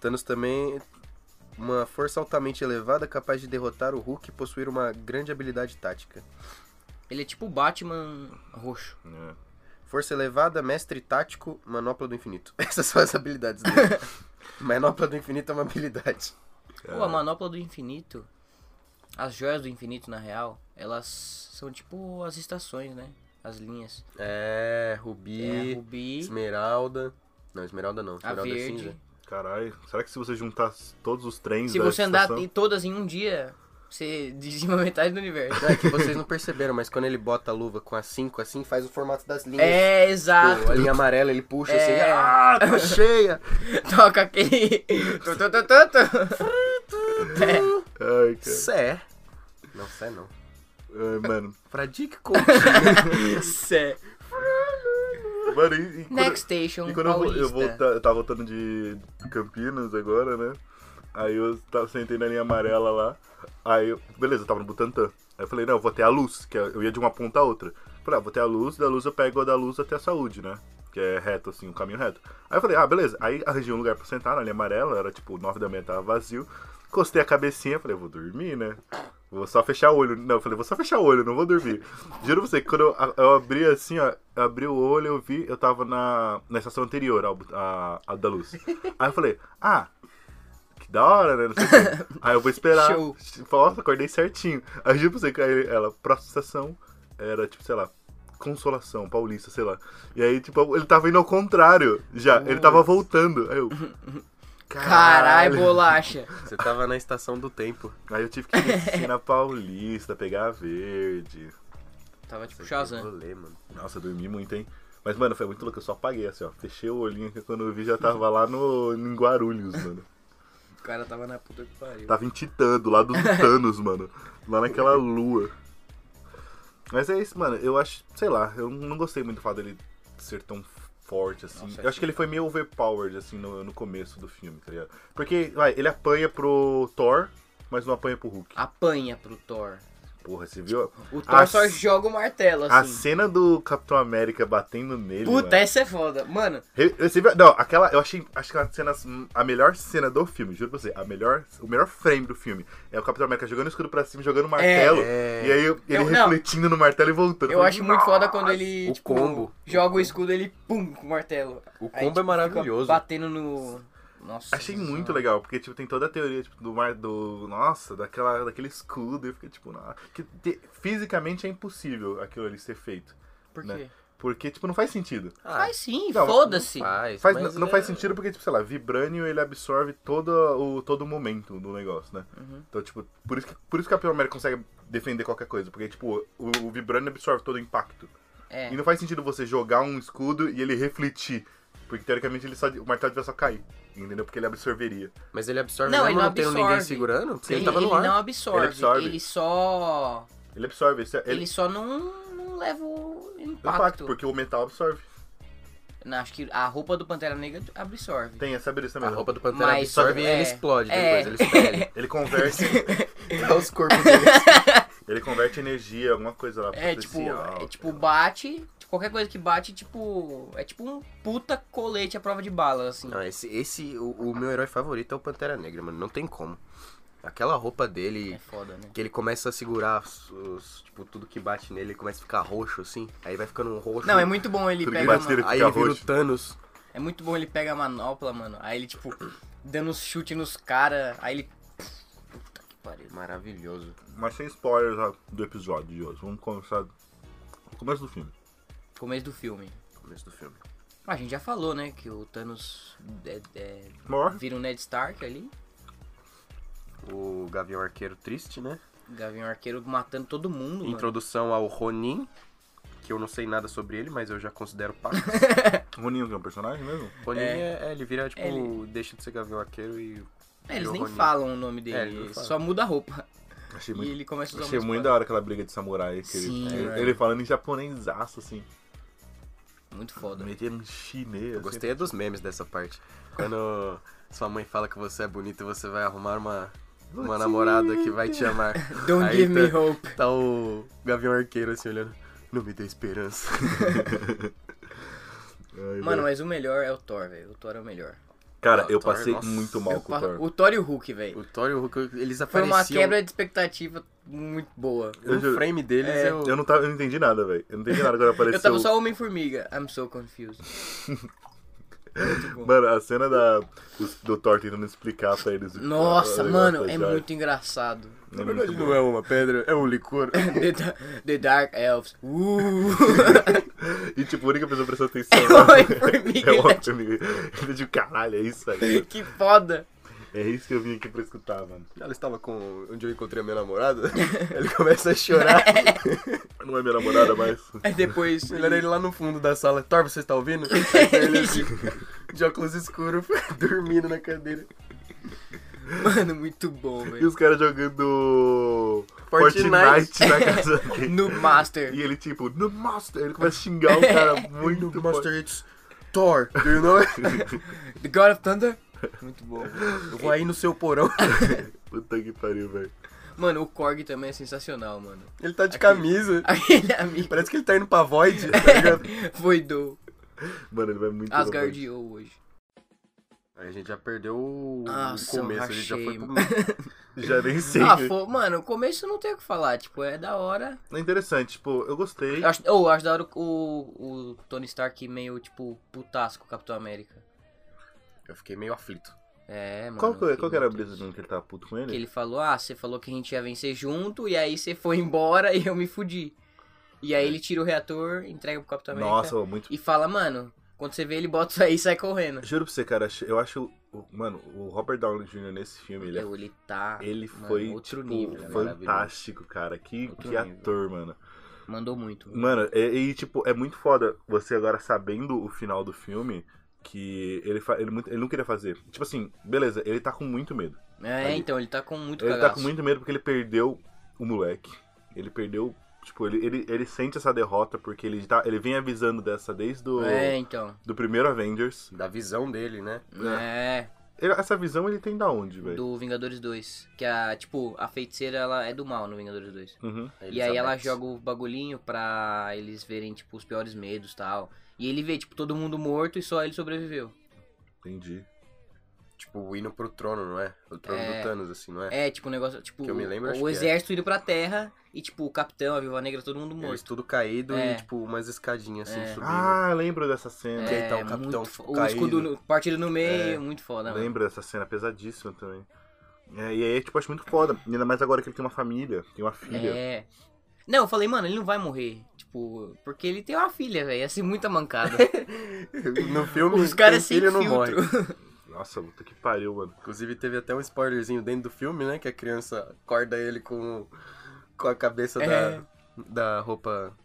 Speaker 3: Thanos também. Uma força altamente elevada, capaz de derrotar o Hulk e possuir uma grande habilidade tática.
Speaker 4: Ele é tipo o Batman roxo.
Speaker 2: É.
Speaker 3: Força elevada, mestre tático, manopla do infinito. Essas são as habilidades dele. manopla do infinito é uma habilidade.
Speaker 4: Pô, a manopla do infinito. As joias do infinito, na real, elas são tipo as estações, né? As linhas.
Speaker 3: É, rubi,
Speaker 4: É, rubi,
Speaker 3: esmeralda. Não, esmeralda não.
Speaker 4: a
Speaker 3: Esmeralda é
Speaker 4: verde.
Speaker 3: cinza.
Speaker 2: Caralho, será que se você juntar todos os trens
Speaker 4: Se
Speaker 2: da
Speaker 4: você andar
Speaker 2: estação-
Speaker 4: em todas em um dia, você dizima metade do universo.
Speaker 3: Não, é que vocês não perceberam, mas quando ele bota a luva com a 5 assim, faz o formato das linhas.
Speaker 4: É,
Speaker 3: Tipo, a
Speaker 4: exato.
Speaker 3: linha amarela ele puxa
Speaker 4: É.
Speaker 3: assim. Ah, tá cheia!
Speaker 4: Toca aquele. Tu, tu, tu, tu, tu.
Speaker 2: Ai, cara.
Speaker 3: Sé. é. Não, sé não.
Speaker 2: Ai, mano.
Speaker 3: Fradique Coutinho.
Speaker 4: Sé.
Speaker 2: Mano, e, e quando-
Speaker 4: Next Station,
Speaker 2: E quando eu, vou- eu
Speaker 4: Paulista.
Speaker 2: voltar, eu tava voltando de Campinas agora, né? Aí eu tava, sentei na linha amarela lá. Aí, eu, beleza, eu tava no Butantã. Aí eu falei, não, eu vou até a luz, que é, eu ia de uma ponta a outra. Falei, ah, vou até a luz, da luz eu pego a da luz até a saúde, né? Que é reto, assim, um caminho reto. Aí eu falei, ah, beleza. Aí arranjei um lugar pra sentar na linha amarela, era tipo nove da manhã, tava vazio. Encostei a cabecinha, falei, vou dormir, né? Vou só fechar o olho. Não, eu falei, vou só fechar o olho, não vou dormir. Juro pra você, que quando eu, eu abri assim, ó, eu abri o olho, eu vi, eu tava na, na estação anterior ao, a, a da luz. Aí eu falei, ah, que da hora, né? Não sei o quê. Aí eu vou esperar.
Speaker 4: Show.
Speaker 2: Nossa, acordei certinho. Aí juro pra você que aí ela, próxima estação, era tipo, sei lá, Consolação, Paulista, sei lá. E aí, tipo, ele tava indo ao contrário já. Ele tava voltando. Aí eu.
Speaker 4: Caralho, bolacha.
Speaker 3: Você tava na estação do tempo.
Speaker 2: Aí eu tive que descer na Paulista, pegar a verde.
Speaker 4: Tava tipo
Speaker 3: Eu
Speaker 2: é
Speaker 4: Shazam.
Speaker 3: vou ler, mano.
Speaker 2: Nossa, eu dormi muito, hein? Mas, mano, foi muito louco. Eu só apaguei, assim, ó. Fechei o olhinho que quando eu vi já tava lá no, em Guarulhos, mano.
Speaker 4: O cara tava na puta que pariu.
Speaker 2: Tava em Titã, do lado do Thanos, mano. Lá naquela lua. Mas é isso, mano. Eu acho, sei lá, eu não gostei muito do fato dele ser tão forte, assim.
Speaker 4: Nossa,
Speaker 2: eu acho que ele foi meio overpowered, assim, no, no começo do filme, tá ligado? Porque, vai, ele apanha pro Thor, mas não apanha pro Hulk.
Speaker 4: Apanha pro Thor.
Speaker 2: Porra, você viu?
Speaker 4: O Thor
Speaker 2: A-
Speaker 4: só joga o martelo,
Speaker 2: A
Speaker 4: assim.
Speaker 2: cena do Capitão América batendo nele.
Speaker 4: Puta,
Speaker 2: mano.
Speaker 4: essa é foda. Mano,
Speaker 2: Re- Você viu? Não, aquela. Eu achei. Acho que a cena. A melhor cena do filme, juro pra você. A melhor, o melhor frame do filme é o Capitão América jogando o escudo pra cima, jogando o martelo.
Speaker 3: É.
Speaker 2: E aí ele
Speaker 4: Eu- não.
Speaker 2: refletindo no martelo e voltando.
Speaker 4: eu
Speaker 2: falei,
Speaker 4: acho muito foda quando ele
Speaker 3: O
Speaker 4: tipo,
Speaker 3: combo.
Speaker 4: joga o escudo ele pum com o martelo.
Speaker 3: O combo
Speaker 4: Aí, tipo,
Speaker 3: é maravilhoso.
Speaker 4: fica Batendo no. Nossa.
Speaker 2: Achei
Speaker 4: sensacional.
Speaker 2: muito legal, porque tipo, tem toda a teoria tipo, do mar do. Nossa, daquela, daquele escudo. E fica tipo, na, que te- fisicamente é impossível aquilo ali ser feito.
Speaker 4: Por quê?
Speaker 2: né? Porque, tipo, não faz sentido.
Speaker 3: Ah,
Speaker 4: Faz sim,
Speaker 2: Não,
Speaker 4: foda-se.
Speaker 3: faz.
Speaker 2: Faz-
Speaker 3: mas
Speaker 2: não, não
Speaker 3: é-
Speaker 2: faz sentido porque, tipo, sei lá, Vibranium ele absorve todo o, todo o momento do negócio, né?
Speaker 4: Uhum.
Speaker 2: Então, tipo, por isso, que, por isso que o Capitão América consegue defender qualquer coisa, porque, tipo, o, o Vibranium absorve todo o impacto.
Speaker 4: É.
Speaker 2: E não faz sentido você jogar um escudo e ele refletir, porque teoricamente ele só, o martelo devia só cair, entendeu? Porque ele absorveria.
Speaker 3: Mas ele absorve
Speaker 4: Não,
Speaker 3: mesmo
Speaker 4: ele não
Speaker 3: não tendo ninguém
Speaker 4: absorve.
Speaker 3: segurando? Porque
Speaker 4: Ele,
Speaker 3: ele tava no
Speaker 4: ele
Speaker 3: ar.
Speaker 4: não absorve,
Speaker 2: Ele
Speaker 4: ele,
Speaker 2: absorve.
Speaker 4: só
Speaker 2: Ele absorve. Esse, é, ele,
Speaker 4: Ele só não, não leva o
Speaker 2: impacto,
Speaker 4: impacto.
Speaker 2: porque o metal absorve.
Speaker 4: Não, acho que a roupa do Pantera Negra absorve.
Speaker 2: Tem essa brisa
Speaker 3: A
Speaker 2: também. né?
Speaker 3: roupa do Pantera
Speaker 4: Mas-
Speaker 3: absorve e
Speaker 4: é,
Speaker 3: ele explode
Speaker 4: é.
Speaker 3: depois, ele explode.
Speaker 2: Ele converte,
Speaker 3: Dá os corpos dele.
Speaker 2: ele converte energia, alguma coisa lá.
Speaker 4: É tipo,
Speaker 2: potencial,
Speaker 4: é, tipo
Speaker 2: sei lá.
Speaker 4: bate, qualquer coisa que bate, tipo, é tipo um puta colete à prova de bala, assim.
Speaker 3: Não, esse, esse o, o meu herói favorito é o Pantera Negra, mano. Não tem como. Aquela roupa dele,
Speaker 4: É foda, né?
Speaker 3: que ele começa a segurar os, os- tipo, tudo que bate nele, ele começa a ficar roxo, assim. Aí vai ficando um roxo.
Speaker 4: Não, é muito bom ele
Speaker 2: Tudo que
Speaker 4: pega
Speaker 2: bate
Speaker 4: uma-
Speaker 2: nele.
Speaker 3: Aí
Speaker 2: fica
Speaker 3: ele vira o
Speaker 2: roxo.
Speaker 3: Thanos.
Speaker 4: É muito bom ele pega a manopla, mano. Aí ele, tipo, dando uns chute nos cara, aí ele. Puta que pariu.
Speaker 3: Maravilhoso.
Speaker 2: Mas sem spoilers ó, do episódio de hoje. Vamos começar no começo do filme.
Speaker 4: Começo do filme.
Speaker 3: Começo do filme.
Speaker 4: A gente já falou, né, que o Thanos é- é-
Speaker 2: Morre.
Speaker 4: vira o Ned Stark ali.
Speaker 3: O Gavião Arqueiro triste, né?
Speaker 4: Gavião Arqueiro matando todo mundo, mano.
Speaker 3: Introdução ao Ronin, que eu não sei nada sobre ele, mas eu já considero paco.
Speaker 2: Roninho que é um personagem mesmo?
Speaker 3: Ronin é, é, ele vira, tipo,
Speaker 4: Ele-
Speaker 3: deixa de ser Gavião Arqueiro e...
Speaker 4: É, eles
Speaker 3: e o
Speaker 4: nem
Speaker 3: Ronin.
Speaker 4: falam o nome dele,
Speaker 3: É, eles não
Speaker 4: ele
Speaker 3: falam.
Speaker 4: só muda a roupa.
Speaker 2: Achei
Speaker 4: E
Speaker 2: muito,
Speaker 4: ele começa a usar
Speaker 2: achei
Speaker 4: uma
Speaker 2: muito
Speaker 4: espada.
Speaker 2: da hora aquela briga de samurai. Que
Speaker 4: Sim,
Speaker 2: ele,
Speaker 4: velho.
Speaker 2: ele falando em japonesaço, assim.
Speaker 4: Muito foda.
Speaker 2: Metendo em chinês. assim.
Speaker 3: Eu gostei é dos memes dessa parte. Quando sua mãe fala que você é bonito, você vai arrumar uma, uma namorada que vai te amar.
Speaker 4: Don't
Speaker 3: Aí
Speaker 4: give me
Speaker 3: tá,
Speaker 4: hope.
Speaker 3: Tá o Gavião Arqueiro assim olhando. Não me dê esperança.
Speaker 2: assim. Ai,
Speaker 4: Mano,
Speaker 2: velho.
Speaker 4: mas o melhor é o Thor, velho. O Thor é o melhor.
Speaker 2: Cara,
Speaker 3: Ah,
Speaker 2: eu
Speaker 3: Thor,
Speaker 2: passei
Speaker 3: nossa.
Speaker 2: muito mal
Speaker 4: Eu
Speaker 2: com o
Speaker 4: par-
Speaker 2: Thor.
Speaker 4: o Thor e o Hulk, velho.
Speaker 3: é O um- Thor e o Hulk, eles
Speaker 4: Foi
Speaker 3: apareciam.
Speaker 4: uma quebra de expectativa muito boa.
Speaker 2: Eu
Speaker 3: No
Speaker 2: juro.
Speaker 3: frame deles,
Speaker 4: É,
Speaker 3: eu...
Speaker 2: Eu não, tava, eu não entendi nada, velho. Eu não entendi nada quando apareceu.
Speaker 4: Eu tava só Homem-Formiga. I'm so confused. muito bom.
Speaker 2: Mano, a cena da, os- do Thor tentando explicar pra eles. o-
Speaker 4: Nossa,
Speaker 2: o negócio né?
Speaker 4: mano,
Speaker 2: da
Speaker 4: é
Speaker 2: joia.
Speaker 4: muito engraçado.
Speaker 2: É muito bom.
Speaker 3: é uma pedra, é um licor.
Speaker 4: The, Da- The Dark Elves. Uh!
Speaker 2: E tipo, a única pessoa prestando atenção.
Speaker 4: É
Speaker 2: É
Speaker 4: o Homem-Formiga.
Speaker 2: o
Speaker 4: né?
Speaker 2: Homem-Formiga. Ele de caralho, é isso aí.
Speaker 4: que foda.
Speaker 2: É isso que eu vim aqui pra escutar, mano.
Speaker 3: Ela estava com... Onde eu encontrei a minha namorada. Ele começa a chorar.
Speaker 2: Não é minha namorada mais.
Speaker 4: Aí depois.
Speaker 3: Ele era ele lá no fundo da sala. Thor, você está ouvindo? Aí tá ele assim, de óculos escuros, dormindo na cadeira.
Speaker 4: Mano, muito bom,
Speaker 2: E
Speaker 4: velho.
Speaker 2: os caras jogando Fortnite,
Speaker 3: Fortnite.
Speaker 2: na casa dele.
Speaker 4: No Master.
Speaker 2: E ele tipo, no Master. Ele começa a xingar o cara muito.
Speaker 3: Do
Speaker 2: forte.
Speaker 3: Master Hits. Thor, do you know?
Speaker 4: The God of Thunder. Muito bom.
Speaker 3: Eu vou aí no seu porão.
Speaker 2: Puta que pariu, velho.
Speaker 4: Mano, o Korg também é sensacional, mano.
Speaker 3: Ele tá de camisa.
Speaker 4: Aquele amigo
Speaker 3: Parece que ele tá indo pra Void, tá ligado?
Speaker 4: foi do
Speaker 2: Mano, ele vai muito longe.
Speaker 4: Asgardiou hoje.
Speaker 3: Aí a gente já perdeu o
Speaker 4: Nossa,
Speaker 3: começo, a gente já foi
Speaker 4: rachei,
Speaker 3: pro...
Speaker 2: Já nem sei.
Speaker 4: Ah, fo- mano, o começo não tem o que falar, tipo, é da hora.
Speaker 2: É interessante, tipo, eu gostei.
Speaker 4: Eu acho, oh, eu acho da hora o, o Tony Stark meio, tipo, putasco com o Capitão América.
Speaker 3: Eu fiquei meio aflito.
Speaker 4: É, mano.
Speaker 2: Qual, que,
Speaker 4: eu
Speaker 2: qual que era a
Speaker 4: fiquei
Speaker 2: brisa
Speaker 4: muito
Speaker 2: mesmo que ele tava puto com
Speaker 4: triste.
Speaker 2: ele?
Speaker 4: Que ele falou, ah, você falou que a gente ia vencer junto, e aí você foi embora e eu me fudi. E aí ele tira o reator, entrega pro Capitão América
Speaker 2: É. Nossa, muito.
Speaker 4: e fala, mano, quando você vê ele bota isso aí e sai correndo.
Speaker 2: Juro pra você, cara, eu acho. o- Mano, o Robert Downey Jr. nesse filme, ele, é-
Speaker 4: Eu, ele tá.
Speaker 2: ele
Speaker 4: mano,
Speaker 2: foi
Speaker 4: outro
Speaker 2: tipo,
Speaker 4: nível, é maravilhoso.
Speaker 2: fantástico, cara. Que,
Speaker 4: Outro
Speaker 2: que
Speaker 4: nível.
Speaker 2: ator, mano.
Speaker 4: Mandou muito.
Speaker 2: Mano, e, e, tipo, é muito foda você agora sabendo o final do filme que ele, fa- ele, muito- ele não queria fazer. Tipo assim, beleza, ele tá com muito medo.
Speaker 4: É,
Speaker 2: Ali.
Speaker 4: então, ele tá com muito
Speaker 2: ele
Speaker 4: cagaço.
Speaker 2: tá com muito medo porque ele perdeu o moleque. Ele perdeu. Tipo, ele, ele, ele sente essa derrota porque ele, tá, ele vem avisando dessa desde o
Speaker 4: É, então.
Speaker 2: do primeiro Avengers.
Speaker 3: Da visão dele, né?
Speaker 4: É,
Speaker 2: Ele- essa visão ele tem da onde, velho?
Speaker 4: do Vingadores 2. Que a, tipo, a feiticeira, ela é do mal no Vingadores 2.
Speaker 2: Uhum.
Speaker 4: E aí ela joga o bagulhinho pra eles verem, tipo, os piores medos e tal. E ele vê, tipo, todo mundo morto e só ele sobreviveu.
Speaker 2: Entendi.
Speaker 3: Tipo, indo pro trono, não é? O trono do
Speaker 4: É.
Speaker 3: Thanos, assim, não é?
Speaker 4: É, tipo, o negócio, tipo,
Speaker 3: Que eu me lembro, acho
Speaker 4: o
Speaker 3: que é.
Speaker 4: exército indo pra terra e, tipo, o capitão, a Viúva Negra, todo mundo
Speaker 3: Eles
Speaker 4: morto.
Speaker 3: tudo caído
Speaker 4: É.
Speaker 3: e, tipo, umas escadinhas, assim, subindo.
Speaker 2: Ah, lembro dessa cena.
Speaker 3: É, tá o capitão
Speaker 4: muito,
Speaker 3: f-
Speaker 4: fo- o
Speaker 3: caído.
Speaker 4: escudo no- partido no
Speaker 3: É,
Speaker 4: meio, muito foda, mano.
Speaker 2: Lembro dessa cena pesadíssima também. É, e aí, tipo, acho muito foda. Ainda mais agora que ele tem uma família, tem uma filha.
Speaker 4: É. Não, eu falei, mano, ele não vai morrer. Tipo, porque ele tem uma filha, velho. Ia ser muita mancada.
Speaker 3: No filme,
Speaker 4: Os caras
Speaker 3: quem
Speaker 4: sem
Speaker 3: filha
Speaker 4: filtro.
Speaker 3: não morre.
Speaker 2: Nossa, puta que pariu, mano.
Speaker 3: Inclusive teve até um spoilerzinho dentro do filme, né? Que a criança acorda ele com, com a cabeça
Speaker 4: É.
Speaker 3: da, da roupa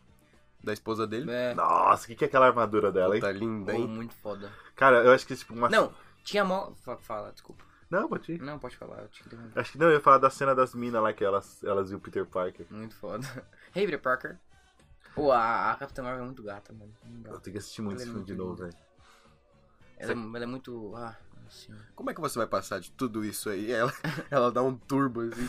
Speaker 3: da esposa dele.
Speaker 4: É.
Speaker 2: Nossa, o que, que é aquela armadura dela, hein?
Speaker 3: Puta linda,
Speaker 4: Pô,
Speaker 3: hein?
Speaker 4: muito foda.
Speaker 2: Cara, eu acho que, tipo, uma.
Speaker 4: Não, tinha mó. fa- Fala, desculpa.
Speaker 2: Não, pode ir.
Speaker 4: Não, pode falar, eu te interrompo.
Speaker 2: Acho que não, eu ia falar da cena das minas lá que elas, elas e o Peter Parker.
Speaker 4: Muito foda. Hey, Peter Parker. Pô, a, a Capitã Marvel é muito gata, mano. Muito
Speaker 2: Eu
Speaker 4: gata.
Speaker 2: tenho que assistir muito
Speaker 4: Ela é
Speaker 2: esse filme de
Speaker 4: muito
Speaker 2: novo, velho.
Speaker 4: Ela, é- ela é muito. Ah, assim.
Speaker 3: Como é que você vai passar de tudo isso aí? Ela, ela dá um turbo, assim.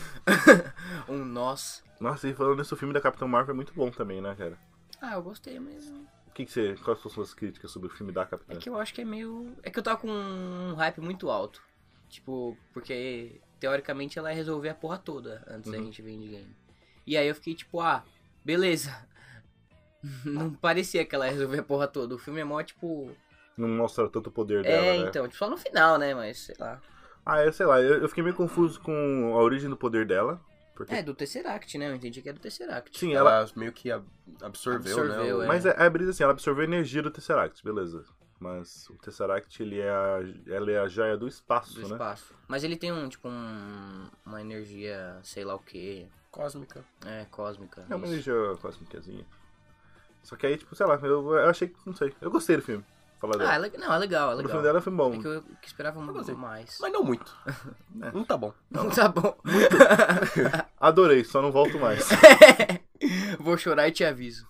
Speaker 4: um nós.
Speaker 2: Nossa, e falando nisso, o filme da Capitão Marvel é muito bom também, né, cara?
Speaker 4: Ah, eu gostei, mas.
Speaker 2: O que, que você. Quais são suas críticas sobre o filme da Capitã?
Speaker 4: É que eu acho que é meio. É que eu tava com um hype muito alto. Tipo, porque teoricamente ela ia resolver a porra toda antes da
Speaker 2: Uhum.
Speaker 4: gente ver Endgame. E aí eu fiquei tipo, ah, beleza. Não parecia que ela ia resolver a porra toda. O filme é mó tipo.
Speaker 2: Não mostra tanto o poder
Speaker 4: é,
Speaker 2: dela, né?
Speaker 4: então, tipo, só no final, né? Mas sei lá.
Speaker 2: Ah, eu sei lá, eu, eu fiquei meio confuso com a origem do poder dela. Porque...
Speaker 4: É, do Tesseract, né? Eu entendi que é do Tesseract.
Speaker 2: Sim, ela.
Speaker 3: Ela, meio que ab- absorveu,
Speaker 4: Absorveu,
Speaker 3: né? o-
Speaker 4: é.
Speaker 2: Mas é, é a brisa assim, ela absorveu a energia do Tesseract, beleza. Mas o Tesseract, ele é a, ela é a joia do espaço,
Speaker 4: Do
Speaker 2: né?
Speaker 4: espaço. Mas ele tem um, tipo, um, uma energia, sei lá o que,
Speaker 3: Cósmica.
Speaker 4: é, cósmica.
Speaker 2: É uma
Speaker 4: isso.
Speaker 2: energia cósmicazinha. Só que aí, tipo, sei lá, eu, eu achei que, não sei, eu gostei do filme. Falar
Speaker 4: Ah, é
Speaker 2: dela.
Speaker 4: le- não, é legal, é
Speaker 2: o
Speaker 4: legal.
Speaker 2: filme dela foi bom.
Speaker 4: É que eu que esperava
Speaker 3: gostei.
Speaker 4: mais.
Speaker 3: Mas não muito. Não tá bom.
Speaker 4: Não tá bom.
Speaker 2: Adorei, só não volto mais.
Speaker 4: Vou chorar e te aviso.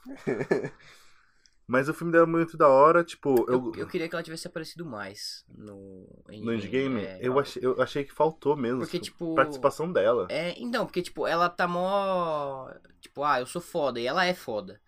Speaker 2: Mas o filme dela é muito da hora, tipo, eu,
Speaker 4: Eu, eu queria que ela tivesse aparecido mais no
Speaker 2: no Endgame,
Speaker 4: é.
Speaker 2: eu, achei, eu achei que faltou mesmo.
Speaker 4: Porque, tipo,
Speaker 2: Participação dela.
Speaker 4: É, então, porque, tipo, ela tá mó. Tipo, ah, eu sou foda. E ela é foda.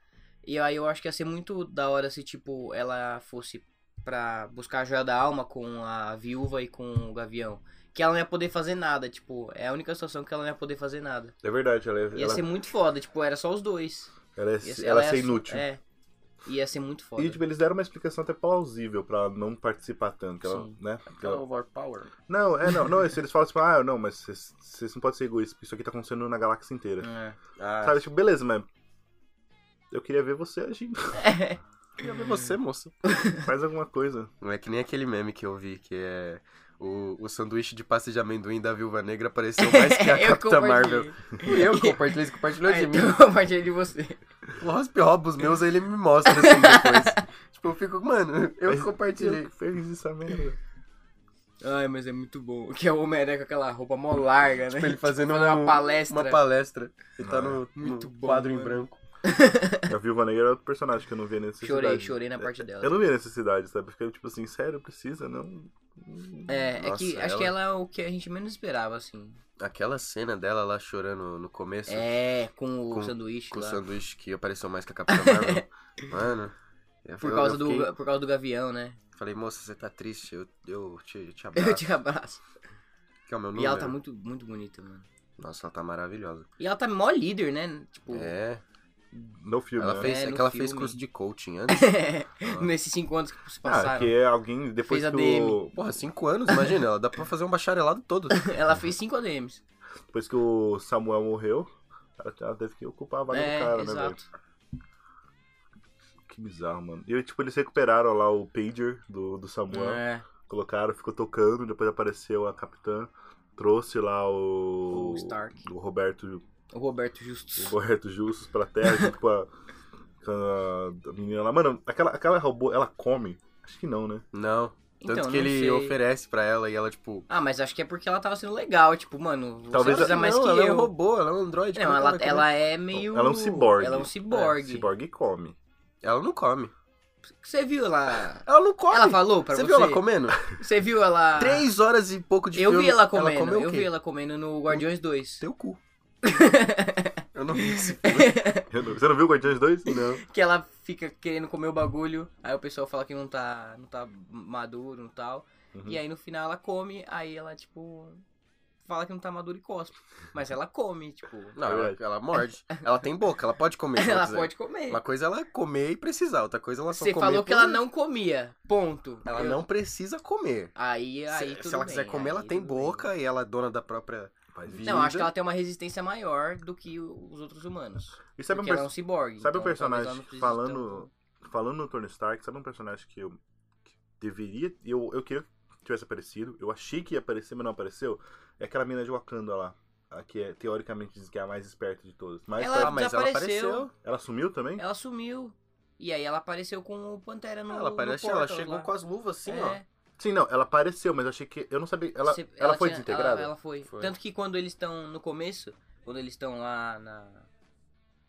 Speaker 4: E aí eu acho que ia ser muito da hora se, tipo, ela fosse pra buscar a joia da alma com a viúva e com o gavião. Que ela não ia poder fazer nada, tipo, é a única situação que ela não ia poder fazer nada.
Speaker 2: É, verdade, ela, é-
Speaker 4: Ia
Speaker 2: ela,
Speaker 4: ser muito foda, tipo, era só os dois.
Speaker 2: ela, é-
Speaker 4: Ia ser-
Speaker 2: ela é
Speaker 4: ia
Speaker 2: ser
Speaker 4: su-
Speaker 2: inútil.
Speaker 4: É. Ia ser muito foda.
Speaker 2: E, tipo, eles deram uma explicação até plausível pra ela não participar tanto, que ela,
Speaker 4: Sim.
Speaker 2: né? Que ela-
Speaker 3: Ela overpower.
Speaker 2: Não, é, não, não, isso eles falam assim, ah, não, mas vocês vocês não podem ser egoístas, porque isso aqui tá acontecendo na galáxia inteira.
Speaker 4: É.
Speaker 3: Ah,
Speaker 2: Sabe, tipo, beleza, mas eu queria ver você agindo,
Speaker 3: queria ver você, moça.
Speaker 2: faz alguma coisa.
Speaker 3: Não é que nem aquele meme que eu vi, que é o, o sanduíche de pasta de amendoim da Viúva Negra apareceu mais que a
Speaker 4: Eu
Speaker 3: Capitã
Speaker 4: compartilhei.
Speaker 3: Marvel. E eu que compartilhei, você compartilhou
Speaker 4: Ah,
Speaker 3: de mim.
Speaker 4: então eu compartilhei de você.
Speaker 3: O Rosp rouba os meus, aí ele me mostra assim depois. tipo, eu fico, mano, eu
Speaker 2: Mas
Speaker 3: compartilhei.
Speaker 2: Eu que fez essa merda.
Speaker 4: Ai, mas é muito bom. Que é o Homem-Aranha com aquela roupa mó larga, né?
Speaker 3: Tipo, ele fazendo
Speaker 4: Fazendo uma
Speaker 3: um-
Speaker 4: palestra.
Speaker 3: Uma palestra. E tá
Speaker 2: Ah,
Speaker 3: no,
Speaker 4: muito
Speaker 3: no
Speaker 4: bom,
Speaker 3: quadro em
Speaker 4: mano.
Speaker 3: branco.
Speaker 2: A Viúva Negra era outro personagem que eu não via necessidade. É,
Speaker 4: Chorei, chorei na parte dela.
Speaker 2: Eu não via necessidade, sabe? Eu fiquei tipo assim, sério, precisa, não...
Speaker 4: É, é
Speaker 3: Nossa,
Speaker 4: que acho
Speaker 3: ela-
Speaker 4: que ela é o que a gente menos esperava, assim.
Speaker 3: Aquela cena dela lá chorando no começo,
Speaker 4: É, com o
Speaker 3: Com-
Speaker 4: sanduíche
Speaker 3: com o
Speaker 4: lá.
Speaker 3: sanduíche que apareceu mais que a Capitã Marvel. mano. eu-
Speaker 4: Por
Speaker 3: eu-
Speaker 4: causa,
Speaker 3: eu
Speaker 4: do,
Speaker 3: fiquei-
Speaker 4: ga- por causa do gavião, né?
Speaker 3: Falei, moça, você tá triste, eu, eu te, te
Speaker 4: Eu
Speaker 3: abraço.
Speaker 4: te abraço.
Speaker 3: Que é o meu
Speaker 4: E
Speaker 3: número.
Speaker 4: ela tá muito, muito bonita, mano.
Speaker 3: Nossa, ela tá maravilhosa.
Speaker 4: E ela tá mó líder, né? Tipo,
Speaker 3: É.
Speaker 2: No filme,
Speaker 3: Ela
Speaker 2: né?
Speaker 3: fez,
Speaker 4: É,
Speaker 3: é,
Speaker 4: no
Speaker 3: que ela fez
Speaker 4: filme.
Speaker 3: curso de coaching antes.
Speaker 4: nesses cinco anos que se
Speaker 2: Ah,
Speaker 4: passaram.
Speaker 2: que é alguém, depois
Speaker 4: Fez
Speaker 2: que
Speaker 4: ADM.
Speaker 2: o...
Speaker 3: Porra, cinco anos, imagina. Ela dá pra fazer um bacharelado todo.
Speaker 4: Ela fez cinco ADMs.
Speaker 2: Depois que o Samuel morreu, ela- ela teve que ocupar a vaga
Speaker 4: é,
Speaker 2: do cara, né, velho?
Speaker 4: exato.
Speaker 2: Que bizarro, mano. E, tipo, eles recuperaram lá o pager do, do Samuel.
Speaker 4: é,
Speaker 2: Colocaram, ficou tocando, depois apareceu a capitã. Trouxe lá o...
Speaker 4: O Stark.
Speaker 2: O Roberto,
Speaker 4: o Roberto
Speaker 2: o
Speaker 4: Justus.
Speaker 2: Roberto Justus pra terra, junto com a, com a- a menina lá. Mano, aquela, aquela robô, ela come? Acho que não, né?
Speaker 3: Não. Tanto
Speaker 4: Então,
Speaker 3: que
Speaker 4: não
Speaker 3: ele
Speaker 4: sei.
Speaker 3: oferece pra ela e ela, tipo.
Speaker 4: Ah, mas acho que é porque ela tava sendo legal, tipo, mano, você
Speaker 2: Talvez-
Speaker 4: precisa
Speaker 2: Não,
Speaker 4: mais que
Speaker 3: ela é
Speaker 4: eu.
Speaker 3: um robô, ela é um android.
Speaker 4: Não,
Speaker 3: como
Speaker 4: ela,
Speaker 3: que vai comer?
Speaker 4: ela é meio.
Speaker 2: Ela é um ciborgue.
Speaker 4: Ela é um ciborgue.
Speaker 2: Cyborg come.
Speaker 3: Ela não come.
Speaker 4: Você viu ela.
Speaker 3: Ela não come.
Speaker 4: Ela falou pra
Speaker 3: Você
Speaker 4: você?
Speaker 3: viu ela comendo?
Speaker 4: Você viu ela.
Speaker 3: Três horas e pouco de
Speaker 4: Eu
Speaker 3: filme.
Speaker 4: vi ela comendo,
Speaker 3: comeu o
Speaker 4: eu
Speaker 3: quê? Um
Speaker 4: vi ela comendo no Guardiões 2.
Speaker 3: Teu cu. eu não vi esse
Speaker 2: Eu não- Você não viu Guardiões 2? Não.
Speaker 4: Que ela fica querendo comer o bagulho, aí o pessoal fala que não tá, não tá maduro e tal.
Speaker 2: Uhum.
Speaker 4: E aí no final ela come, aí ela, tipo, fala que não tá maduro e cospe. Mas ela come, tipo.
Speaker 3: Não, ela,
Speaker 2: verdade.
Speaker 3: ela morde. Ela tem boca, ela pode comer. se
Speaker 4: ela
Speaker 3: quiser.
Speaker 4: pode comer.
Speaker 3: Uma coisa é ela comer e precisar, outra coisa é ela só
Speaker 4: Você
Speaker 3: comer.
Speaker 4: falou que
Speaker 3: por-
Speaker 4: ela não comia. Ponto.
Speaker 3: Ela
Speaker 4: Eu-
Speaker 3: não precisa comer.
Speaker 4: Aí, aí
Speaker 3: se,
Speaker 4: tudo
Speaker 3: se ela quiser
Speaker 4: bem,
Speaker 3: comer, ela
Speaker 4: aí
Speaker 3: tem
Speaker 4: tudo bem.
Speaker 3: boca e ela é dona da própria
Speaker 2: Faz
Speaker 3: vida.
Speaker 4: Não, acho que ela tem uma resistência maior do que o- os outros humanos.
Speaker 2: E sabe um
Speaker 4: porque ela é um
Speaker 2: pers-
Speaker 4: ciborgue.
Speaker 2: sabe um
Speaker 4: então talvez
Speaker 2: personagem
Speaker 4: ela não precise
Speaker 2: falando- falando no Tony Stark, sabe um personagem que eu que deveria. Eu, eu queria que tivesse aparecido. Eu achei que ia aparecer, mas não apareceu. É aquela mina de Wakanda lá. A que é, teoricamente diz que é a mais esperta de todas. Mas
Speaker 4: Ela-
Speaker 2: ela,
Speaker 3: Ah, mas ela
Speaker 4: desapareceu.
Speaker 3: apareceu.
Speaker 2: ela sumiu também?
Speaker 4: Ela sumiu. E aí ela apareceu com o Pantera no
Speaker 3: Ela apareceu,
Speaker 4: no
Speaker 3: ela
Speaker 4: Portal
Speaker 3: chegou
Speaker 4: lá.
Speaker 3: com as luvas assim,
Speaker 4: é,
Speaker 3: ó.
Speaker 2: Sim, não, ela apareceu, mas eu achei que. Eu não sabia. Ela,
Speaker 4: Você-
Speaker 2: ela, foi
Speaker 4: tinha-
Speaker 2: desintegrada?
Speaker 4: Ela, ela foi.
Speaker 3: Foi.
Speaker 4: Tanto que quando eles estão no começo, quando eles estão lá na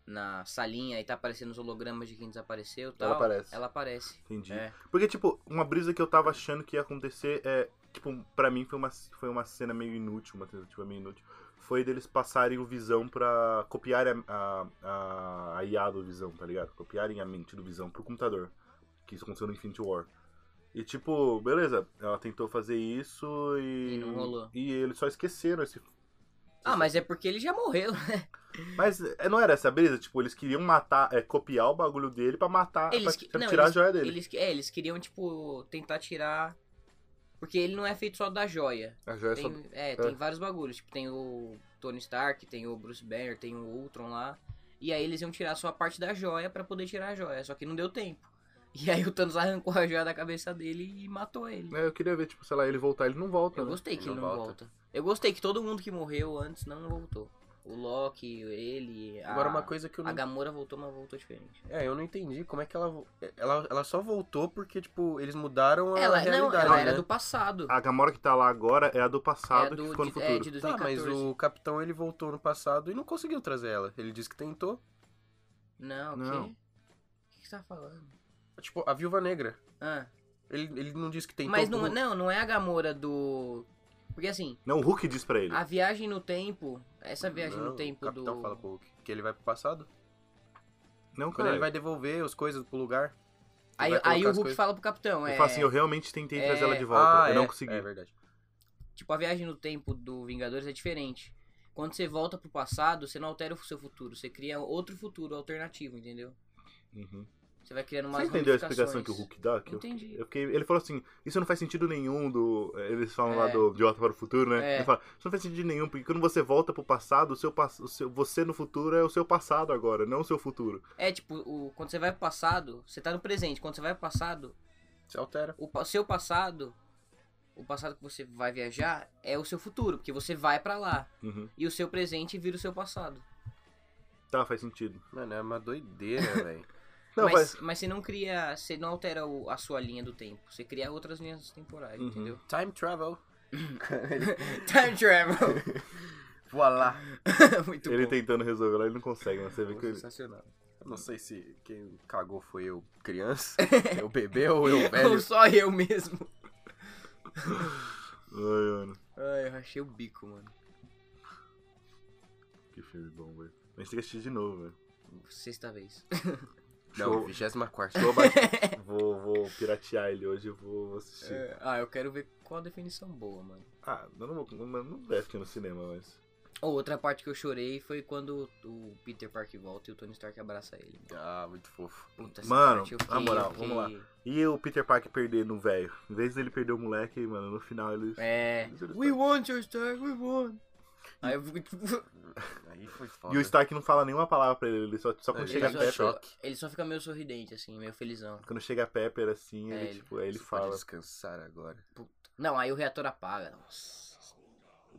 Speaker 4: na salinha e tá aparecendo os hologramas de quem desapareceu e tal.
Speaker 2: aparece.
Speaker 4: Ela aparece.
Speaker 2: Entendi.
Speaker 4: É.
Speaker 2: Porque, tipo, uma brisa que eu tava achando que ia acontecer é. Tipo, pra mim foi uma, foi uma cena meio inútil, uma tentativa meio inútil. Foi deles passarem o Visão pra copiar a, a, a, a IA do Visão, tá ligado? Copiarem a mente do Visão pro computador. Que isso aconteceu no Infinity War. E, tipo, beleza, ela tentou fazer isso e.
Speaker 4: E não rolou.
Speaker 2: E eles só esqueceram esse.
Speaker 4: Ah, mas é porque ele já morreu, né?
Speaker 2: Mas é, não era essa brisa? Tipo, eles queriam matar, é, copiar o bagulho dele pra matar,
Speaker 4: Eles,
Speaker 2: Ah, pra,
Speaker 4: que-
Speaker 2: pra
Speaker 4: não,
Speaker 2: tirar
Speaker 4: eles,
Speaker 2: a joia dele.
Speaker 4: Eles, que- é, eles queriam, tipo, tentar tirar. Porque ele não é feito só da joia.
Speaker 2: A joia só
Speaker 4: Tem, é, tem vários bagulhos. Tipo, tem o Tony Stark, tem o Bruce Banner, tem o Ultron lá. E aí eles iam tirar só a parte da joia pra poder tirar a joia. Só que não deu tempo. E aí o Thanos arrancou a joia da cabeça dele e matou ele.
Speaker 2: É, eu queria ver, tipo, sei lá, ele voltar, ele não volta.
Speaker 4: Eu
Speaker 2: né?
Speaker 4: gostei que
Speaker 3: Não
Speaker 4: ele não
Speaker 3: volta.
Speaker 4: volta. Eu gostei que todo mundo que morreu antes não voltou. O Loki, ele. A,
Speaker 3: Agora, uma coisa que eu
Speaker 4: A
Speaker 3: não.
Speaker 4: Gamora voltou, mas voltou diferente.
Speaker 3: É, eu não entendi como é que ela. vo- Ela, ela só voltou porque, tipo, eles mudaram a
Speaker 4: Ela, não,
Speaker 3: realidade.
Speaker 4: ela
Speaker 3: né?
Speaker 4: era do passado.
Speaker 2: A Gamora que tá lá agora é a do
Speaker 4: É
Speaker 2: passado
Speaker 4: do,
Speaker 2: que ficou no
Speaker 4: de,
Speaker 2: futuro.
Speaker 4: é, de 2014.
Speaker 3: Tá, mas o capitão ele voltou no passado e não conseguiu trazer ela. Ele disse que tentou.
Speaker 4: Não, o
Speaker 2: Não.
Speaker 4: quê? O que que você tá falando?
Speaker 3: Tipo, a viúva negra.
Speaker 4: Ah,
Speaker 3: Ele, ele não disse que
Speaker 2: Então,
Speaker 3: tentou.
Speaker 4: mas não,
Speaker 3: por-
Speaker 4: não, não é a Gamora do... Porque assim,
Speaker 2: Não, o Hulk diz pra ele.
Speaker 4: a viagem no tempo, essa viagem
Speaker 3: Não,
Speaker 4: no tempo
Speaker 3: O capitão
Speaker 4: do...
Speaker 3: fala pro Hulk que ele vai pro passado.
Speaker 2: Não,
Speaker 3: Quando
Speaker 2: cara.
Speaker 3: ele vai devolver as coisas pro lugar.
Speaker 4: aí
Speaker 3: vai
Speaker 4: aí
Speaker 3: colocar
Speaker 4: o
Speaker 3: as
Speaker 4: Hulk
Speaker 3: coisas-
Speaker 4: fala pro capitão,
Speaker 2: Ele
Speaker 4: é...
Speaker 2: fala assim, eu realmente tentei
Speaker 4: É.
Speaker 2: trazer ela de volta,
Speaker 3: ah,
Speaker 2: eu
Speaker 3: é,
Speaker 2: não consegui. Uhum.
Speaker 3: É verdade.
Speaker 4: Tipo, a viagem no tempo do Vingadores é diferente. Quando você volta pro passado, você não altera o seu futuro, você cria outro futuro alternativo, entendeu?
Speaker 2: Uhum.
Speaker 4: Você vai criando umas
Speaker 2: Você entendeu a
Speaker 4: ramificações.
Speaker 2: explicação que o Hulk dá? Que eu-
Speaker 4: Entendi.
Speaker 2: eu fiquei- ele falou assim, isso não faz sentido nenhum do... eh, Eles falam lá
Speaker 4: É.
Speaker 2: do De Volta para o Futuro, né?
Speaker 4: É.
Speaker 2: Ele fala, isso não faz sentido nenhum, porque quando você volta pro passado, o seu, pass- o seu- você no futuro é o seu passado agora, não o seu futuro.
Speaker 4: É, tipo, o... quando você vai pro passado, você tá no presente. Quando você vai pro passado,
Speaker 3: Se altera.
Speaker 4: o pa- seu passado, o passado que você vai viajar é o seu futuro, porque você vai pra lá.
Speaker 2: Uhum.
Speaker 4: E o seu presente vira o seu passado.
Speaker 2: Tá, faz sentido.
Speaker 3: Mano, é uma doideira, velho.
Speaker 2: Não,
Speaker 4: mas,
Speaker 2: faz...
Speaker 4: mas você não cria, você não altera o- a sua linha do tempo, você cria outras linhas temporais,
Speaker 2: Uhum.
Speaker 4: entendeu?
Speaker 3: Time travel.
Speaker 4: Time travel.
Speaker 3: Voilá.
Speaker 4: Muito
Speaker 2: Ele
Speaker 4: bom. é
Speaker 2: tentando resolver lá, ele não consegue, mas você vê que ele...
Speaker 3: Sensacional. Tá Eu não sei se quem cagou foi eu criança, eu bebê ou
Speaker 2: é
Speaker 3: eu velho.
Speaker 4: Ou só eu mesmo.
Speaker 2: Ai, mano.
Speaker 4: Ai, eu achei o bico, mano.
Speaker 2: Que filme bom, velho. A gente tem que assistir de novo, velho.
Speaker 4: Sexta vez.
Speaker 3: Não,
Speaker 2: Show.
Speaker 3: 24.
Speaker 2: Vou, abaixar- vou, vou piratear ele hoje e vou vou assistir.
Speaker 4: É, ah, eu quero ver qual a definição boa, mano.
Speaker 2: Ah, eu não vou. Não, não deve ficar no cinema, mas.
Speaker 4: Ou outra parte que eu chorei foi quando o Peter Parker volta e o Tony Stark abraça ele. mano.
Speaker 3: Ah, muito fofo.
Speaker 4: Puta, essa
Speaker 2: Mano,
Speaker 4: parte eu
Speaker 2: na moral,
Speaker 4: eu
Speaker 2: vamos lá.
Speaker 4: fiquei-
Speaker 2: E o Peter Parker perder no velho. Em vez dele perder o moleque, mano, no final ele.
Speaker 4: É. We want your Stark, we want. Aí eu fico tipo.
Speaker 3: Aí foi foda.
Speaker 2: E o Stark não fala nenhuma palavra pra ele, ele só, só quando
Speaker 3: Ele
Speaker 2: chega a
Speaker 4: só
Speaker 2: Pepper.
Speaker 3: chora.
Speaker 4: fica- ele só fica meio sorridente, assim, meio felizão.
Speaker 2: Quando chega a Pepper assim,
Speaker 4: É,
Speaker 2: ele,
Speaker 4: ele-
Speaker 2: tipo, aí ele
Speaker 3: Você pode
Speaker 2: fala.
Speaker 3: descansar agora.
Speaker 4: Não, aí o reator apaga. Nossa.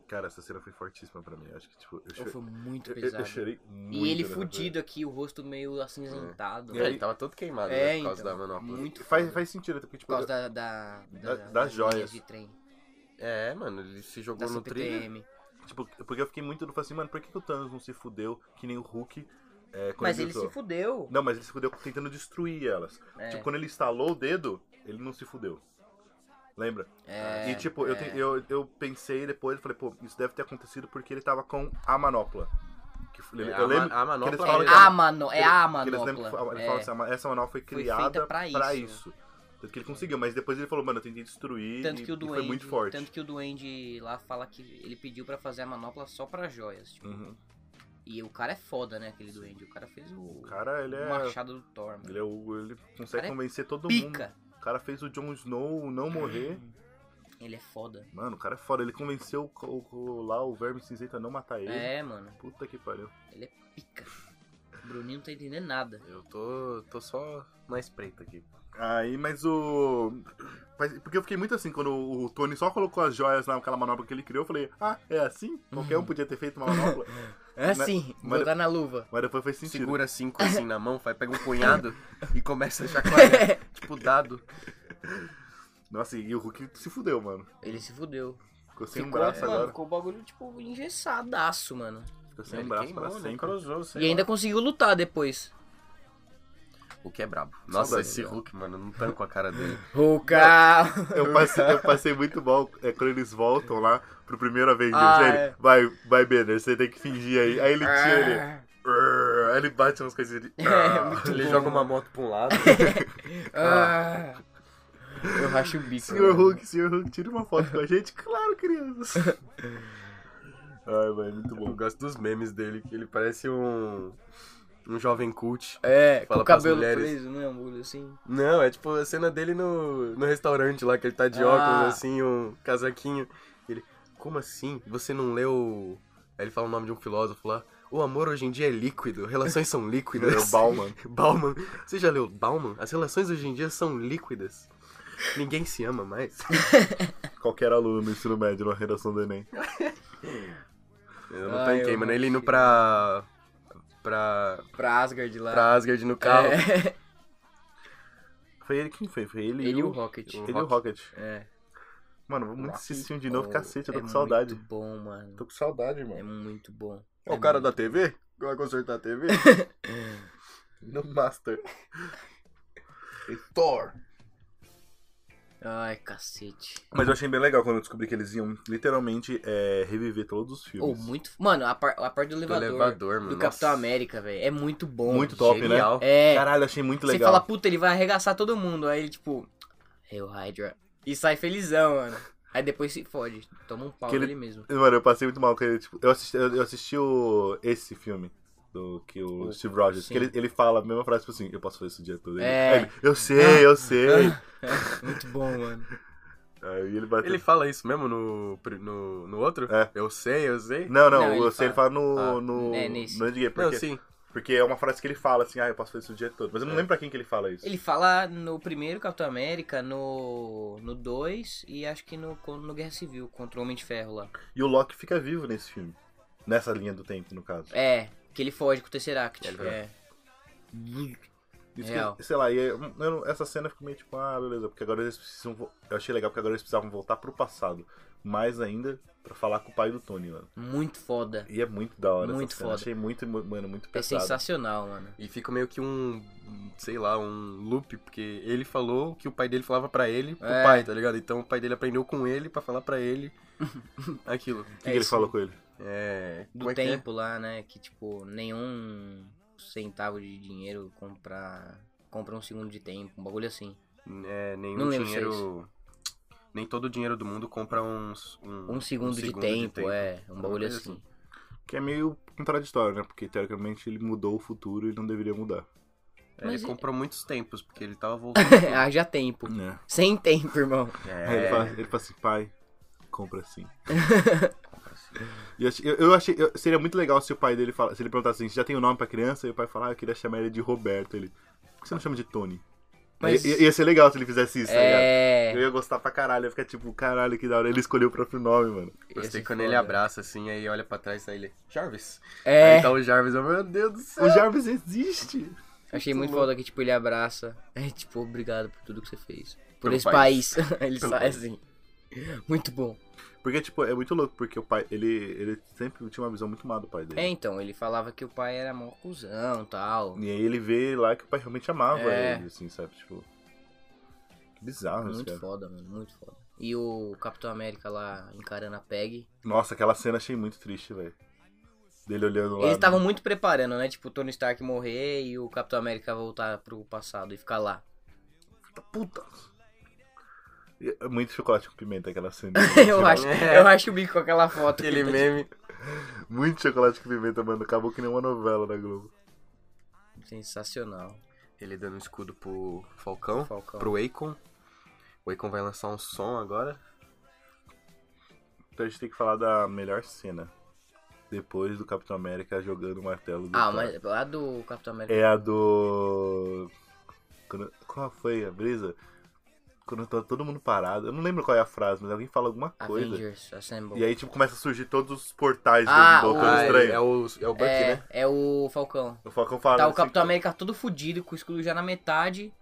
Speaker 2: Cara, essa cena foi fortíssima pra mim. eu Acho que, tipo, eu,
Speaker 4: Ou
Speaker 2: chorei-
Speaker 4: Foi muito
Speaker 2: eu- eu- eu
Speaker 4: pesado.
Speaker 2: chorei muito. né, É.
Speaker 4: E ele
Speaker 2: nessa
Speaker 4: fudido aqui, o rosto meio acinzentado.
Speaker 2: E aí-
Speaker 3: ele tava todo queimado,
Speaker 4: É,
Speaker 3: né, por causa
Speaker 4: então.
Speaker 3: da manopla.
Speaker 4: Muito
Speaker 2: cena. Faz, faz sentido, porque,
Speaker 4: Por
Speaker 2: tipo.
Speaker 4: causa da, da,
Speaker 2: Da- das
Speaker 4: linhas
Speaker 2: joias.
Speaker 4: de trem.
Speaker 3: É, mano, ele se
Speaker 4: Da
Speaker 3: jogou no trilho.
Speaker 4: CPTM.
Speaker 2: Tipo, porque eu fiquei muito. Eu falei assim, mano, por que, que o Thanos não se fudeu que nem o Hulk? É, quando
Speaker 4: Mas ele
Speaker 2: usou?
Speaker 4: se fudeu.
Speaker 2: Não, mas ele se fudeu tentando destruir elas.
Speaker 4: É.
Speaker 2: Tipo, quando ele instalou o dedo, ele não se fudeu. Lembra?
Speaker 4: É,
Speaker 2: e tipo, eu,
Speaker 4: é.
Speaker 2: te- eu, eu pensei depois, eu falei, pô, isso deve ter acontecido porque ele tava com a manopla. Que f-
Speaker 3: É,
Speaker 2: eu
Speaker 3: a ma-
Speaker 2: lembro que
Speaker 3: a
Speaker 2: eles
Speaker 3: manopla
Speaker 2: falam
Speaker 4: É
Speaker 2: que
Speaker 4: a,
Speaker 2: ela-
Speaker 4: mano,
Speaker 2: que
Speaker 4: é
Speaker 2: eles-
Speaker 4: a
Speaker 2: que eles lembram que
Speaker 4: manopla.
Speaker 2: fa- Ele
Speaker 4: É.
Speaker 2: fala assim, a ma- essa manopla foi criada
Speaker 4: feita
Speaker 2: pra,
Speaker 4: pra
Speaker 2: isso. Tanto que ele conseguiu, mas depois ele falou, mano, eu tentei destruir
Speaker 4: Tanto
Speaker 2: e,
Speaker 4: que o
Speaker 2: e
Speaker 4: duende,
Speaker 2: foi muito forte.
Speaker 4: Tanto que o duende lá fala que ele pediu pra fazer a manopla só pra joias. Tipo,
Speaker 2: Uhum.
Speaker 4: E o cara é foda, né, aquele duende. O cara fez o,
Speaker 2: O cara, ele
Speaker 4: o
Speaker 2: é...
Speaker 4: machado do Thor, mano.
Speaker 2: Ele, é o, ele consegue
Speaker 4: cara é
Speaker 2: convencer todo mundo.
Speaker 4: Pica!
Speaker 2: O cara fez o Jon Snow não morrer.
Speaker 4: Hum. Ele é foda.
Speaker 2: Mano, o cara é foda. Ele convenceu o, o- o- lá o Verme Cinzenta a não matar ele.
Speaker 4: É, mano.
Speaker 2: Puta que pariu.
Speaker 4: Ele é pica. O Bruninho não tá entendendo nada.
Speaker 3: Eu tô, tô só na espreita aqui.
Speaker 2: Aí, mas o. mas- Porque eu fiquei muito assim, quando o o Tony só colocou as joias naquela manobra que ele criou, eu falei, ah, é assim? Qualquer um podia ter feito uma manobra.
Speaker 4: Uhum. É assim,
Speaker 2: mas-
Speaker 4: botar na luva.
Speaker 2: mas depois fez sentido.
Speaker 3: Segura cinco assim na mão, vai, pega um punhado e começa a chacoalhar, tipo dado.
Speaker 2: Nossa, e o Hulk se fudeu, mano.
Speaker 4: Ele se fudeu.
Speaker 2: Ficou sem um
Speaker 4: ficou,
Speaker 2: braço
Speaker 4: mano,
Speaker 2: agora.
Speaker 4: ficou o bagulho, tipo, engessadaço, mano.
Speaker 2: Ficou sem um
Speaker 3: Ele
Speaker 2: braço
Speaker 3: queimou,
Speaker 2: pra
Speaker 3: né?
Speaker 2: sempre.
Speaker 5: Cruzou, sei
Speaker 4: e
Speaker 5: lá.
Speaker 4: ainda conseguiu lutar depois.
Speaker 3: O que é brabo. Nossa,
Speaker 2: Saudade,
Speaker 3: esse
Speaker 2: cara.
Speaker 3: Hulk, mano, não tanco a cara dele.
Speaker 4: Hulka!
Speaker 2: Eu passei, eu passei muito mal é, quando eles voltam lá pro primeiro Avengers.
Speaker 4: Ah,
Speaker 2: ele,
Speaker 4: é.
Speaker 2: vai, vai, Banner, você tem que fingir aí. Aí ele tira ele.
Speaker 4: Ah,
Speaker 2: "Urgh", Aí ele bate umas "Ah, coisas ele.
Speaker 4: É, muito
Speaker 3: Ele
Speaker 4: bom,
Speaker 3: joga
Speaker 4: mano.
Speaker 3: uma moto pra um lado.
Speaker 4: Ah. Eu racho o bico.
Speaker 2: Senhor
Speaker 4: mano.
Speaker 2: Hulk, senhor Hulk, tira uma foto com a gente. Claro, crianças. Ai, vai, muito
Speaker 3: eu
Speaker 2: bom.
Speaker 3: gosto dos memes dele, que ele parece um. Um jovem cult.
Speaker 4: É, com
Speaker 3: Fala
Speaker 4: o cabelo
Speaker 3: pras mulheres.
Speaker 4: preso, né, amor? Assim.
Speaker 3: Não, é tipo a cena dele no, no restaurante lá, que ele tá de
Speaker 4: Ah.
Speaker 3: óculos, assim, um casaquinho. Ele, como assim? Você não leu. Aí ele fala o nome de um filósofo lá. O amor hoje em dia é líquido, relações são líquidas.
Speaker 2: É o Bauman.
Speaker 3: Bauman. Você já leu Bauman? As relações hoje em dia são líquidas. Ninguém se ama mais.
Speaker 2: Qualquer aluno no ensino médio na redação do Enem.
Speaker 3: Eu não
Speaker 4: Ah,
Speaker 3: tanquei,
Speaker 4: eu
Speaker 3: mano.
Speaker 4: não
Speaker 3: né? Ele indo
Speaker 4: sei.
Speaker 3: pra. pra.
Speaker 4: Pra Asgard lá.
Speaker 3: pra Asgard no carro.
Speaker 4: É,
Speaker 2: Foi ele quem foi? Foi ele,
Speaker 4: ele
Speaker 2: e
Speaker 4: e
Speaker 2: o.
Speaker 4: o Rocket.
Speaker 2: Ele e o Rocket.
Speaker 4: É.
Speaker 2: Mano, vou muito assistir esse filme de novo,
Speaker 4: Oh,
Speaker 2: cacete, eu tô
Speaker 4: é
Speaker 2: com saudade.
Speaker 4: Muito bom, mano.
Speaker 2: Tô com saudade,
Speaker 4: É
Speaker 2: mano.
Speaker 4: muito bom.
Speaker 3: É o cara da TV? Vai consertar a TV?
Speaker 2: No Master. E Thor.
Speaker 4: Ai, cacete.
Speaker 2: Mas eu achei bem legal quando eu descobri que eles iam literalmente é, reviver todos os
Speaker 4: Ou
Speaker 2: filmes.
Speaker 4: muito. Mano, a, par- a parte do
Speaker 3: Do
Speaker 4: elevador.
Speaker 3: elevador, mano.
Speaker 4: do
Speaker 3: Nossa.
Speaker 4: Capitão América, velho. É muito bom.
Speaker 2: Muito top,
Speaker 3: Genial.
Speaker 2: né?
Speaker 4: É.
Speaker 2: Caralho, achei muito
Speaker 4: Você
Speaker 2: legal.
Speaker 4: fala, puta, ele vai arregaçar todo mundo. Aí ele, tipo, Hail Hydra. E sai felizão, mano. Aí depois se fode. Toma um pau
Speaker 2: Que ele-
Speaker 4: nele mesmo.
Speaker 2: Mano, eu passei muito mal com ele. Tipo, eu assisti, eu, eu assisti o, esse filme. Do, que o Steve Rogers,
Speaker 4: sim.
Speaker 2: que ele, ele fala a mesma frase, tipo assim, eu posso fazer isso o dia todo. Ele-
Speaker 4: É.
Speaker 2: aí ele, eu sei, eu sei.
Speaker 4: É, muito bom, mano.
Speaker 2: Aí ele bateu.
Speaker 3: Ele fala isso mesmo no, pri- no, no outro?
Speaker 2: É.
Speaker 3: Eu sei, eu sei.
Speaker 2: Não, não,
Speaker 4: Não, ele
Speaker 2: eu sei, ele fala no.
Speaker 3: Ah,
Speaker 2: no,
Speaker 4: é, nesse.
Speaker 2: no Endgame,
Speaker 3: Não,
Speaker 2: porque,
Speaker 3: sim.
Speaker 2: porque é uma frase que ele fala assim, ah, eu posso fazer isso o dia todo. Mas eu não
Speaker 3: É.
Speaker 2: lembro pra quem que ele fala isso.
Speaker 4: Ele fala no primeiro Capitão América, no. no 2 e acho que no, no Guerra Civil, contra o Homem de Ferro lá.
Speaker 2: E o Loki fica vivo nesse filme. Nessa linha do tempo, no caso.
Speaker 4: É, que ele foge com o Tesseract.
Speaker 3: Ele
Speaker 4: É.
Speaker 2: Isso
Speaker 4: Real.
Speaker 2: que- sei lá, e eu- eu não- essa cena ficou meio tipo, ah, beleza, porque agora eles precisam. vo- Eu achei legal porque agora eles precisavam voltar pro passado. Mais ainda, pra falar com o pai do Tony, mano.
Speaker 4: Muito foda.
Speaker 2: E é muito da hora
Speaker 4: Muito
Speaker 2: essa cena.
Speaker 4: foda.
Speaker 2: Achei muito, mu- mano, muito
Speaker 4: É
Speaker 2: pesado.
Speaker 4: sensacional, mano.
Speaker 3: E fica meio que um, sei lá, um loop, porque ele falou que o pai dele falava pra ele, pro
Speaker 4: É.
Speaker 3: pai, tá ligado? Então o pai dele aprendeu com ele pra falar pra ele aquilo.
Speaker 2: o que,
Speaker 4: É
Speaker 2: que ele
Speaker 4: isso.
Speaker 2: falou com ele?
Speaker 3: É,
Speaker 4: do
Speaker 3: como é que é?
Speaker 4: tempo lá, né? Que tipo, nenhum centavo de dinheiro comprar. Compra um segundo de tempo, um bagulho assim.
Speaker 3: É, nenhum
Speaker 4: Não lembro se é
Speaker 3: dinheiro. Nem todo o dinheiro do mundo compra uns. Um,
Speaker 4: Um segundo, de, tempo, é. Um bagulho
Speaker 3: coisa
Speaker 4: assim.
Speaker 2: Que é meio contraditório, né? Porque teoricamente ele mudou o futuro e não deveria mudar.
Speaker 3: É,
Speaker 4: Mas
Speaker 3: ele
Speaker 4: é-
Speaker 3: comprou muitos tempos, porque ele tava voltando.
Speaker 4: Haja tempo.
Speaker 2: Né?
Speaker 4: Sem tempo, irmão.
Speaker 2: Aí Ele,
Speaker 3: é,
Speaker 2: fala, ele fala assim, pai, compra sim. E eu, achei- eu- eu achei. eu- seria muito legal se o pai dele fala, se ele perguntasse assim, você já tem o nome pra criança? E o pai falar, ah, eu queria chamar ele de Roberto. Ele. Por que você não chama de Tony?
Speaker 4: Mas-
Speaker 2: Ia, ia ser legal se ele fizesse isso, tá ligado?
Speaker 4: É.
Speaker 2: Eu ia gostar pra caralho, eu ia ficar tipo, caralho, que da hora. Ele escolheu o próprio nome, mano.
Speaker 3: Gostei
Speaker 4: Esse é
Speaker 3: quando
Speaker 4: foda.
Speaker 3: ele abraça assim, aí olha pra trás e ele. Jarvis.
Speaker 4: É.
Speaker 3: Aí tá o Jarvis, eu, meu Deus do céu.
Speaker 2: O Jarvis existe!
Speaker 3: tá
Speaker 4: Achei muito foda que, tipo, ele abraça. É, tipo, obrigado por tudo que você fez. Por
Speaker 3: Pelo
Speaker 4: esse país.
Speaker 3: país.
Speaker 4: ele
Speaker 3: Pelo
Speaker 4: sai
Speaker 3: país.
Speaker 4: assim. Muito bom.
Speaker 2: Porque, tipo, é muito louco, porque o pai, ele, ele sempre tinha uma visão muito má do pai dele.
Speaker 4: É, então, ele falava que o pai era mó cuzão tal.
Speaker 2: E aí ele vê lá que o pai realmente amava
Speaker 4: É.
Speaker 2: ele, assim, sabe? Tipo. Que bizarro isso,
Speaker 4: Muito
Speaker 2: cara.
Speaker 4: foda, mano. Muito foda. E o Capitão América lá encarando a Peg.
Speaker 2: Nossa, aquela cena achei muito triste, velho. Dele olhando lá.
Speaker 4: Eles estavam muito preparando, né? Tipo, o Tony Stark morrer e o Capitão América voltar pro passado e ficar lá.
Speaker 2: Puta! E é Muito chocolate com pimenta aquela cena.
Speaker 4: eu acho, eu acho o bico com aquela foto. que
Speaker 3: Aquele
Speaker 4: tá-
Speaker 3: meme.
Speaker 2: Muito chocolate com pimenta, mano. Acabou que nem uma novela da Globo.
Speaker 4: tipo, Sensacional.
Speaker 3: Ele dando um escudo pro Falcão.
Speaker 4: Falcão.
Speaker 3: pro Akon. O Akon vai lançar um som agora.
Speaker 2: Então a gente tem que falar da melhor cena. Depois do Capitão América jogando o martelo do
Speaker 4: Ah,
Speaker 2: Thor.
Speaker 4: mas lá do Capitão América.
Speaker 2: É a do. Quando- Qual foi a brisa? Quando tá todo mundo parado. Eu não lembro qual é a frase, mas alguém fala alguma É, coisa.
Speaker 4: Avengers Assemble.
Speaker 2: E aí, tipo, começa a surgir todos os portais do-
Speaker 4: Ah,
Speaker 2: do
Speaker 4: o-
Speaker 2: Doutor
Speaker 4: Ah,
Speaker 2: Estranho.
Speaker 3: é, é o, é o Bucky,
Speaker 4: é,
Speaker 3: né?
Speaker 4: é o Falcão.
Speaker 2: O Falcão fala.
Speaker 4: Tá o
Speaker 2: assim,
Speaker 4: Capitão América todo fudido, com o escudo já na metade.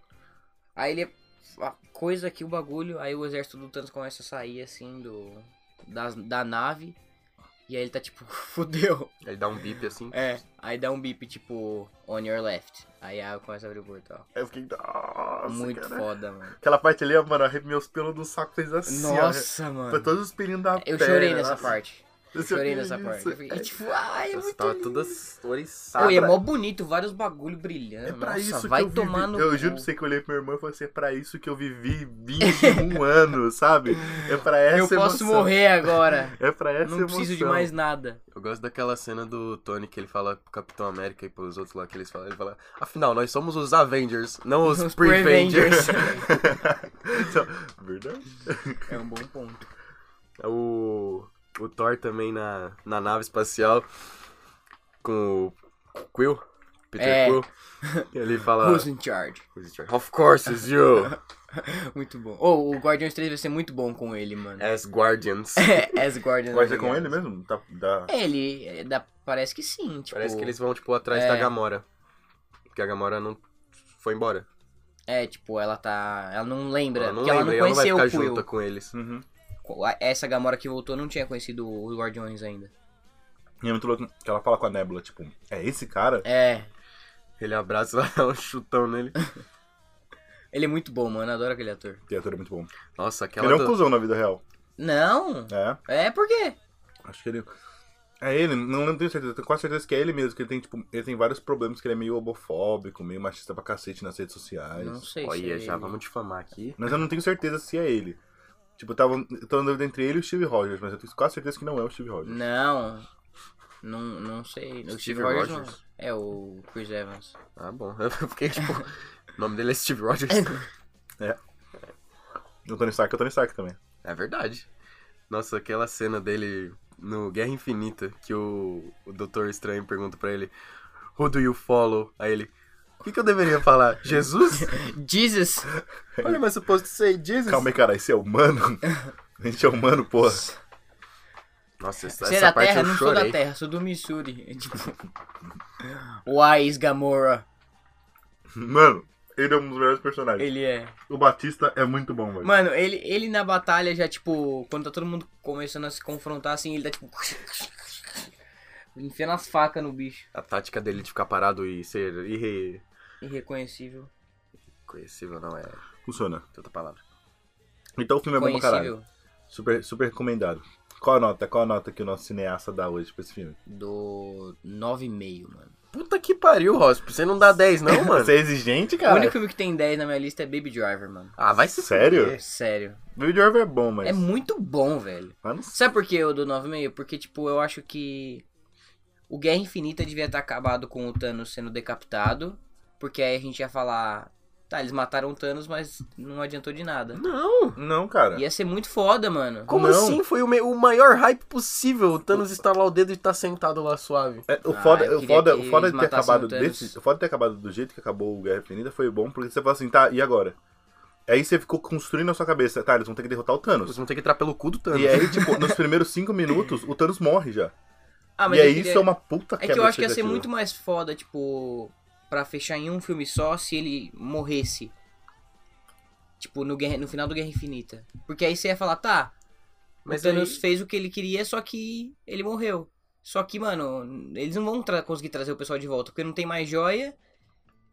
Speaker 4: Aí ele a coisa aqui, o bagulho. Aí o exército do Thanos começa a sair assim do. Das, da nave. E aí ele tá tipo, fudeu.
Speaker 3: Ele dá um bip assim.
Speaker 4: É. Aí dá um bip tipo, on your left. Aí a água começa a abrir o portal.
Speaker 2: Aí eu fiquei. Nossa,
Speaker 4: Muito
Speaker 2: cara.
Speaker 4: foda, mano.
Speaker 2: Aquela parte ali, mano, arrepiou os pelos do saco, fez assim. ó.
Speaker 4: Nossa, mano.
Speaker 2: Foi todos os pelinhos da
Speaker 4: Eu
Speaker 2: perna,
Speaker 4: chorei nessa
Speaker 2: nossa.
Speaker 4: parte. Eu
Speaker 2: Isso,
Speaker 4: chorei
Speaker 2: que
Speaker 4: nessa
Speaker 2: isso,
Speaker 4: parte. Eu fiquei,
Speaker 2: cara.
Speaker 4: tipo, ai, é
Speaker 3: Você
Speaker 4: muito
Speaker 3: tava
Speaker 4: lindo.
Speaker 3: toda
Speaker 4: Pô,
Speaker 3: oriçada.
Speaker 4: e é mó bonito, vários bagulho brilhando.
Speaker 2: né? É pra
Speaker 4: Nossa,
Speaker 2: isso que
Speaker 4: vai
Speaker 2: eu vivi.
Speaker 4: tomar no.
Speaker 2: Eu
Speaker 4: cu.
Speaker 2: juro pra você que eu olhei pra minha irmã e falei assim, é pra isso que eu vivi 21 anos, sabe? É pra essa
Speaker 4: Eu posso
Speaker 2: emoção.
Speaker 4: morrer agora.
Speaker 2: É pra essa
Speaker 4: Não
Speaker 2: emoção.
Speaker 4: preciso de mais nada.
Speaker 3: Eu gosto daquela cena do Tony que ele fala pro Capitão América e pros outros lá que eles falam. Ele fala, afinal, nós somos os Avengers, não os,
Speaker 4: Os
Speaker 3: Prevengers.
Speaker 4: Prevengers.
Speaker 2: Então, Verdade.
Speaker 4: É um bom ponto.
Speaker 3: é o, o Thor também na, na nave espacial com o Quill, Peter
Speaker 4: É.
Speaker 3: Quill. Ele fala,
Speaker 4: Who's in charge?
Speaker 3: of course it's you,
Speaker 4: Muito bom. Ou o Guardiões 3 vai ser muito bom com ele, mano. É,
Speaker 3: as Guardians.
Speaker 4: As Guardians.
Speaker 2: Vai
Speaker 4: of
Speaker 2: ser
Speaker 4: the
Speaker 2: com ele
Speaker 4: Galaxy.
Speaker 2: mesmo? Tá, dá-
Speaker 4: Ele, é, dá- parece que sim. Tipo,
Speaker 3: Parece que eles vão, tipo, atrás
Speaker 4: É.
Speaker 3: da Gamora. Porque a Gamora não foi embora.
Speaker 4: É, tipo, ela tá. Ela não lembra.
Speaker 3: ela não
Speaker 4: porque
Speaker 3: lembra, e
Speaker 4: ela
Speaker 3: ela não
Speaker 4: não
Speaker 3: vai
Speaker 4: conheceu
Speaker 3: ficar
Speaker 4: o
Speaker 3: junta
Speaker 4: Quill.
Speaker 3: com eles.
Speaker 2: Uhum.
Speaker 4: Essa Gamora que voltou não tinha conhecido os Guardiões ainda.
Speaker 2: E é muito louco que ela fala com a Nebula, tipo, é esse cara?
Speaker 4: É.
Speaker 3: Ele abraça, ela dá um chutão nele.
Speaker 4: Ele é muito bom, mano. Adoro aquele ator.
Speaker 2: Que ator é muito bom.
Speaker 3: Nossa, aquela
Speaker 2: Ele é um
Speaker 3: do-
Speaker 2: cuzão na vida real.
Speaker 4: Não.
Speaker 2: É,
Speaker 4: É por quê?
Speaker 2: acho que ele... É ele, não lembro, tenho certeza, tenho quase certeza que é ele mesmo, que ele tem, tipo, ele tem vários problemas, que ele é meio homofóbico, meio machista pra cacete nas redes sociais.
Speaker 4: Não sei se.
Speaker 3: Olha,
Speaker 4: é
Speaker 3: já
Speaker 4: ele.
Speaker 3: vamos difamar aqui.
Speaker 2: Mas eu não tenho certeza se é ele. Tipo, eu tava, eu tô na dúvida entre ele e o Steve Rogers, mas eu tenho quase certeza que não é o Steve
Speaker 4: Né.
Speaker 2: Rogers.
Speaker 4: Não. Não, não sei. O
Speaker 3: Steve
Speaker 4: Steve, Rogers, não.
Speaker 3: Rogers?
Speaker 4: É o Chris Evans.
Speaker 3: Ah, bom. Eu fiquei tipo. o nome dele é Steve Rogers.
Speaker 2: O Tony Stark é o Tony Stark também.
Speaker 3: é verdade. Nossa, aquela cena dele no Guerra Infinita que o, o Doutor Estranho pergunta pra ele: Who do you follow? Aí ele. O que, que eu deveria falar? Jesus?
Speaker 4: Jesus!
Speaker 3: Olha, mas suposto ser Jesus.
Speaker 2: Calma aí, cara, esse é humano? A gente é humano, porra.
Speaker 3: Nossa, essa,
Speaker 4: Você é
Speaker 3: essa
Speaker 4: da
Speaker 3: parte
Speaker 4: Terra?
Speaker 3: eu
Speaker 4: Não sou
Speaker 3: chorei.
Speaker 4: da Terra, sou do Missouri. É Tipo. Why is Gamora?
Speaker 2: Mano, ele é um dos melhores personagens.
Speaker 4: Ele é.
Speaker 2: O Batista é muito bom, velho.
Speaker 4: Mano, ele, ele na batalha já, tipo, quando tá todo mundo começando a se confrontar assim, ele tá tipo. Enfiando as facas no bicho.
Speaker 3: A tática dele de ficar parado e ser irre-
Speaker 4: Irreconhecível.
Speaker 3: irreconhecível não é
Speaker 2: Funciona.
Speaker 3: outra palavra.
Speaker 2: Então o filme é bom pra caralho.
Speaker 4: Conhecível.
Speaker 2: Super, super recomendado. Qual a nota? Qual a nota que o nosso cineasta dá hoje pra esse filme?
Speaker 4: Do 9,5, mano.
Speaker 3: Puta que pariu, Rosp. Você não dá 10, não, mano.
Speaker 2: Você é exigente,
Speaker 4: O
Speaker 2: cara?
Speaker 4: único filme que tem 10 na minha lista é Baby Driver, mano.
Speaker 3: Ah, vai se
Speaker 2: Sério?
Speaker 3: fuder.
Speaker 4: Sério.
Speaker 2: Baby Driver é bom, mas...
Speaker 4: É muito bom, velho.
Speaker 2: mas não sei.
Speaker 4: Sabe por que eu dou 9,5? Porque, tipo, eu acho que o Guerra Infinita devia estar acabado com o Thanos sendo decapitado. Porque aí a gente ia falar, tá, eles mataram o Thanos, mas não adiantou de nada.
Speaker 3: Não.
Speaker 2: Não, cara.
Speaker 4: Ia ser muito foda, mano.
Speaker 3: Como
Speaker 2: Não.
Speaker 3: assim? Foi o, me- o maior hype possível. O Thanos estalar o dedo e tá sentado lá suave.
Speaker 2: É, o
Speaker 4: Ah,
Speaker 2: foda,
Speaker 4: eu
Speaker 2: o
Speaker 4: queria
Speaker 2: foda,
Speaker 4: que
Speaker 2: o foda de
Speaker 4: eles
Speaker 2: ter
Speaker 4: matassem
Speaker 2: acabado
Speaker 4: o Thanos.
Speaker 2: desse, o foda de ter acabado do jeito que acabou o Guerra Infinita foi bom, porque você fala assim, tá, e agora? Aí você ficou construindo na sua cabeça, tá, eles vão ter que derrotar o
Speaker 3: Vocês
Speaker 2: Thanos.
Speaker 3: vão ter que entrar pelo cu do Thanos.
Speaker 2: E aí, tipo, nos primeiros cinco minutos, o Thanos morre já.
Speaker 4: Ah,
Speaker 2: e
Speaker 4: eu
Speaker 2: aí
Speaker 4: queria-
Speaker 2: isso é uma puta
Speaker 4: É
Speaker 2: quebra
Speaker 4: que eu acho que ia ser
Speaker 2: de
Speaker 4: muito mais foda, tipo, pra fechar em um filme só se ele morresse. Tipo, no, Guerra- no final do Guerra Infinita. Porque aí você ia falar, tá,
Speaker 3: Mas
Speaker 4: o Thanos
Speaker 3: aí-
Speaker 4: fez o que ele queria, só que ele morreu. Só que, mano, eles não vão tra- conseguir trazer o pessoal de volta, porque não tem mais joia.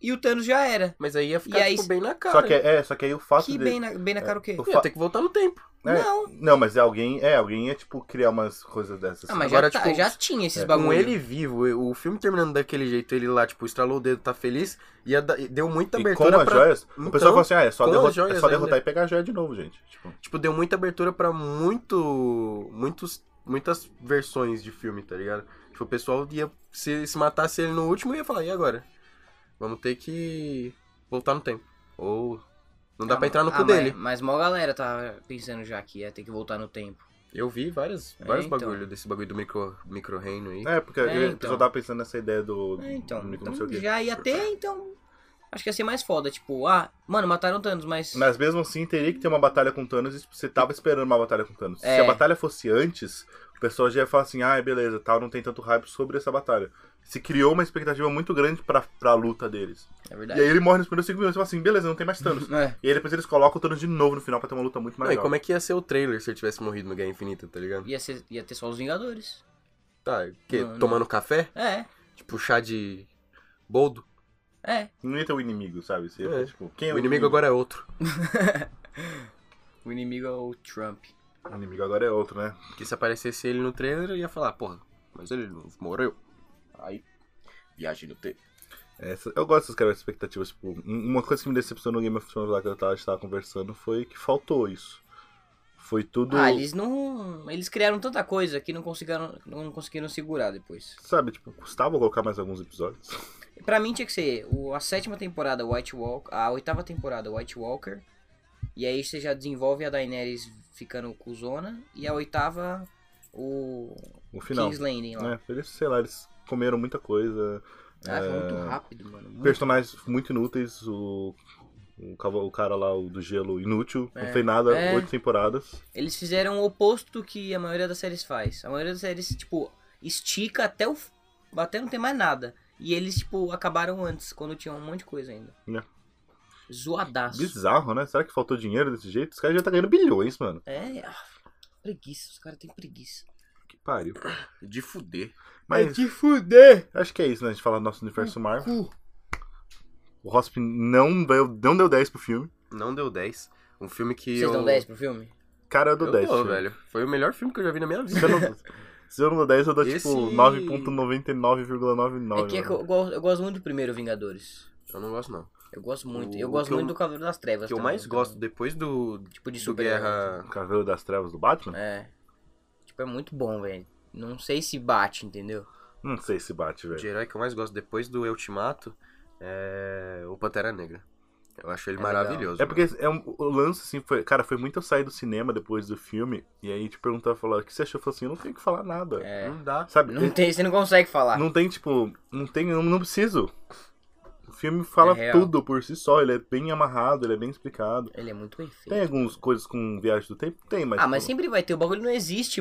Speaker 4: E o Thanos já era.
Speaker 3: Mas aí ia ficar,
Speaker 4: E aí-
Speaker 3: tipo, bem na cara.
Speaker 2: Só que, é, só que aí o fato
Speaker 4: que
Speaker 2: de...
Speaker 4: bem na,
Speaker 3: é,
Speaker 4: bem na cara o quê?
Speaker 2: o
Speaker 3: Ia
Speaker 2: fa-
Speaker 3: ter que voltar no tempo.
Speaker 2: é,
Speaker 4: Não.
Speaker 2: Não, mas alguém, é, alguém ia, tipo, criar umas coisas dessas. assim.
Speaker 4: Ah, mas
Speaker 3: Agora,
Speaker 4: já, tá-
Speaker 3: tipo,
Speaker 4: já tinha esses
Speaker 2: é,
Speaker 4: bagulho.
Speaker 3: Com ele vivo, o filme terminando daquele jeito, ele lá, tipo, estralou o dedo, tá feliz, ia da- deu muita
Speaker 2: E com
Speaker 3: abertura
Speaker 2: as
Speaker 3: pra...
Speaker 2: joias, o
Speaker 3: Então,
Speaker 2: pessoal fala assim, ah, é só,
Speaker 3: com as
Speaker 2: derrota- é
Speaker 3: joias
Speaker 2: só
Speaker 3: ainda.
Speaker 2: derrotar e pegar a joia de novo, gente. Tipo,
Speaker 3: Tipo, deu muita abertura pra muito... Muitos, muitas versões de filme, tá ligado? Tipo, o pessoal ia... Se, se matasse ele no último, ia falar, e agora? Vamos ter que voltar no tempo. Ou... Não dá pra entrar no
Speaker 4: Ah,
Speaker 3: cu
Speaker 4: mas-
Speaker 3: dele.
Speaker 4: Mas mó galera tava pensando já que ia ter que voltar no tempo.
Speaker 3: Eu vi várias,
Speaker 4: É,
Speaker 3: vários
Speaker 4: então.
Speaker 3: bagulho desse bagulho do micro, micro reino aí.
Speaker 2: é, porque
Speaker 4: É,
Speaker 2: eu- o
Speaker 4: então.
Speaker 2: pessoal tava pensando nessa ideia do...
Speaker 4: Ah, então,
Speaker 2: do- não sei
Speaker 3: É.
Speaker 4: então
Speaker 2: o quê.
Speaker 4: já ia ter, então acho que ia ser mais foda. Tipo, ah, mano, mataram Thanos, mas.
Speaker 2: Mas mesmo assim, teria que ter uma batalha com Thanos e tipo, você tava esperando uma batalha com Thanos.
Speaker 4: É.
Speaker 2: Se a batalha fosse antes, o pessoal já ia falar assim, ah, beleza, tal, não tem tanto hype sobre essa batalha. Se criou uma expectativa muito grande pra, pra luta deles.
Speaker 4: É
Speaker 2: E
Speaker 4: verdade.
Speaker 2: aí ele morre nos primeiros 5 minutos e fala assim, beleza, não tem mais Thanos.
Speaker 4: É.
Speaker 2: e aí depois eles colocam o Thanos de novo no final pra ter uma luta muito mais
Speaker 3: Não, e
Speaker 2: legal.
Speaker 3: como é que ia ser o trailer se eu tivesse morrido no Guerra Infinita, tá ligado?
Speaker 4: Ia, ser- ia ter só os Vingadores.
Speaker 3: Tá, o quê?
Speaker 4: Não, não.
Speaker 3: Tomando café?
Speaker 4: É,
Speaker 3: Tipo, chá de boldo?
Speaker 4: é.
Speaker 2: Não ia ter o inimigo, sabe? Você ia
Speaker 3: É.
Speaker 2: ter, tipo, quem é
Speaker 3: o inimigo agora é outro.
Speaker 4: O inimigo é o Trump.
Speaker 2: O inimigo agora é outro, né?
Speaker 3: Porque se aparecesse ele no trailer, eu ia falar, porra, mas ele não morreu. Aí, viagem no tempo.
Speaker 2: Essa- eu gosto dessas caras de expectativas. Tipo, um- uma coisa que me decepcionou no Game of Thrones lá que eu tava, a gente tava conversando foi que faltou isso. Foi tudo.
Speaker 4: Ah, eles não. Eles criaram tanta coisa que não conseguiram, não conseguiram segurar depois.
Speaker 2: Sabe, tipo, custava colocar mais alguns episódios.
Speaker 4: Pra mim tinha que ser o- a sétima temporada White Walker, a oitava temporada White Walker, e aí você já desenvolve a Daenerys ficando cuzona, e a oitava o
Speaker 2: O final.
Speaker 4: King's Landing lá.
Speaker 2: Né? Eles, sei lá, eles comeram muita coisa.
Speaker 4: Ah, foi muito
Speaker 2: É.
Speaker 4: rápido, mano. Muito-
Speaker 2: Personagens muito inúteis. O, o, cava- o cara lá, o do gelo, inútil.
Speaker 4: É.
Speaker 2: Não fez nada,
Speaker 4: É.
Speaker 2: oito temporadas.
Speaker 4: Eles fizeram o oposto do que a maioria das séries faz. A maioria das séries, tipo, estica até o. f- até não ter mais nada. E eles, tipo, acabaram antes, quando tinha um monte de coisa ainda.
Speaker 2: É.
Speaker 4: Zoadaço.
Speaker 2: Bizarro, né? Será que faltou dinheiro desse jeito? Os caras já tá ganhando bilhões, mano.
Speaker 4: É. ah, Preguiça, os caras têm preguiça.
Speaker 2: Que pariu.
Speaker 4: É
Speaker 3: De fuder.
Speaker 2: Mas
Speaker 4: de fuder!
Speaker 2: acho que é isso, né? A gente fala do nosso universo
Speaker 4: Hum.
Speaker 3: Ah,
Speaker 2: Marvel. O Hosp não deu, não deu 10 pro filme.
Speaker 3: Não deu 10. Um filme que
Speaker 4: Vocês
Speaker 3: eu...
Speaker 4: dão 10 pro filme?
Speaker 2: Cara, eu dou
Speaker 3: Eu
Speaker 2: 10.
Speaker 3: dou,
Speaker 2: filho.
Speaker 3: velho. Foi o melhor filme que eu já vi na minha vida.
Speaker 2: Se eu, não, se eu não dou 10, eu dou
Speaker 3: Esse-
Speaker 2: tipo 9.99,99.
Speaker 4: é que eu, go- eu gosto muito do primeiro Vingadores.
Speaker 3: Eu não gosto, não.
Speaker 4: Eu gosto muito.
Speaker 3: O-
Speaker 4: eu
Speaker 3: o
Speaker 4: gosto
Speaker 3: que eu-
Speaker 4: muito do Cavaleiro das Trevas.
Speaker 3: O que eu
Speaker 4: também,
Speaker 3: mais
Speaker 4: então.
Speaker 3: gosto depois do...
Speaker 4: Tipo de
Speaker 3: do
Speaker 4: super-herói.
Speaker 2: O
Speaker 3: Guerra...
Speaker 2: Caveiro das Trevas do Batman?
Speaker 4: É. Tipo, é muito bom, velho. Não sei se bate, entendeu?
Speaker 2: Não sei se bate,
Speaker 3: De
Speaker 2: velho.
Speaker 3: herói que eu mais gosto depois do Ultimato é... O Pantera Negra. Eu acho ele
Speaker 4: É legal.
Speaker 3: maravilhoso.
Speaker 2: É porque é um, o lance, assim, foi. Cara, foi muito eu sair do cinema depois do filme. E aí te perguntar, falar, o que você achou? Eu falei assim, eu não tenho que falar nada.
Speaker 4: É.
Speaker 3: mano. Não dá.
Speaker 2: Sabe?
Speaker 4: Não tem, você não consegue falar.
Speaker 2: Não tem, tipo, não tem, não, não preciso. O filme fala
Speaker 4: É real.
Speaker 2: tudo por si só, ele é bem amarrado, ele é bem explicado.
Speaker 4: Ele é muito bem feito.
Speaker 2: Tem algumas coisas com viagem do tempo? Tem, mas.
Speaker 4: ah, mas
Speaker 2: tipo,
Speaker 4: sempre vai ter. O bagulho não existe,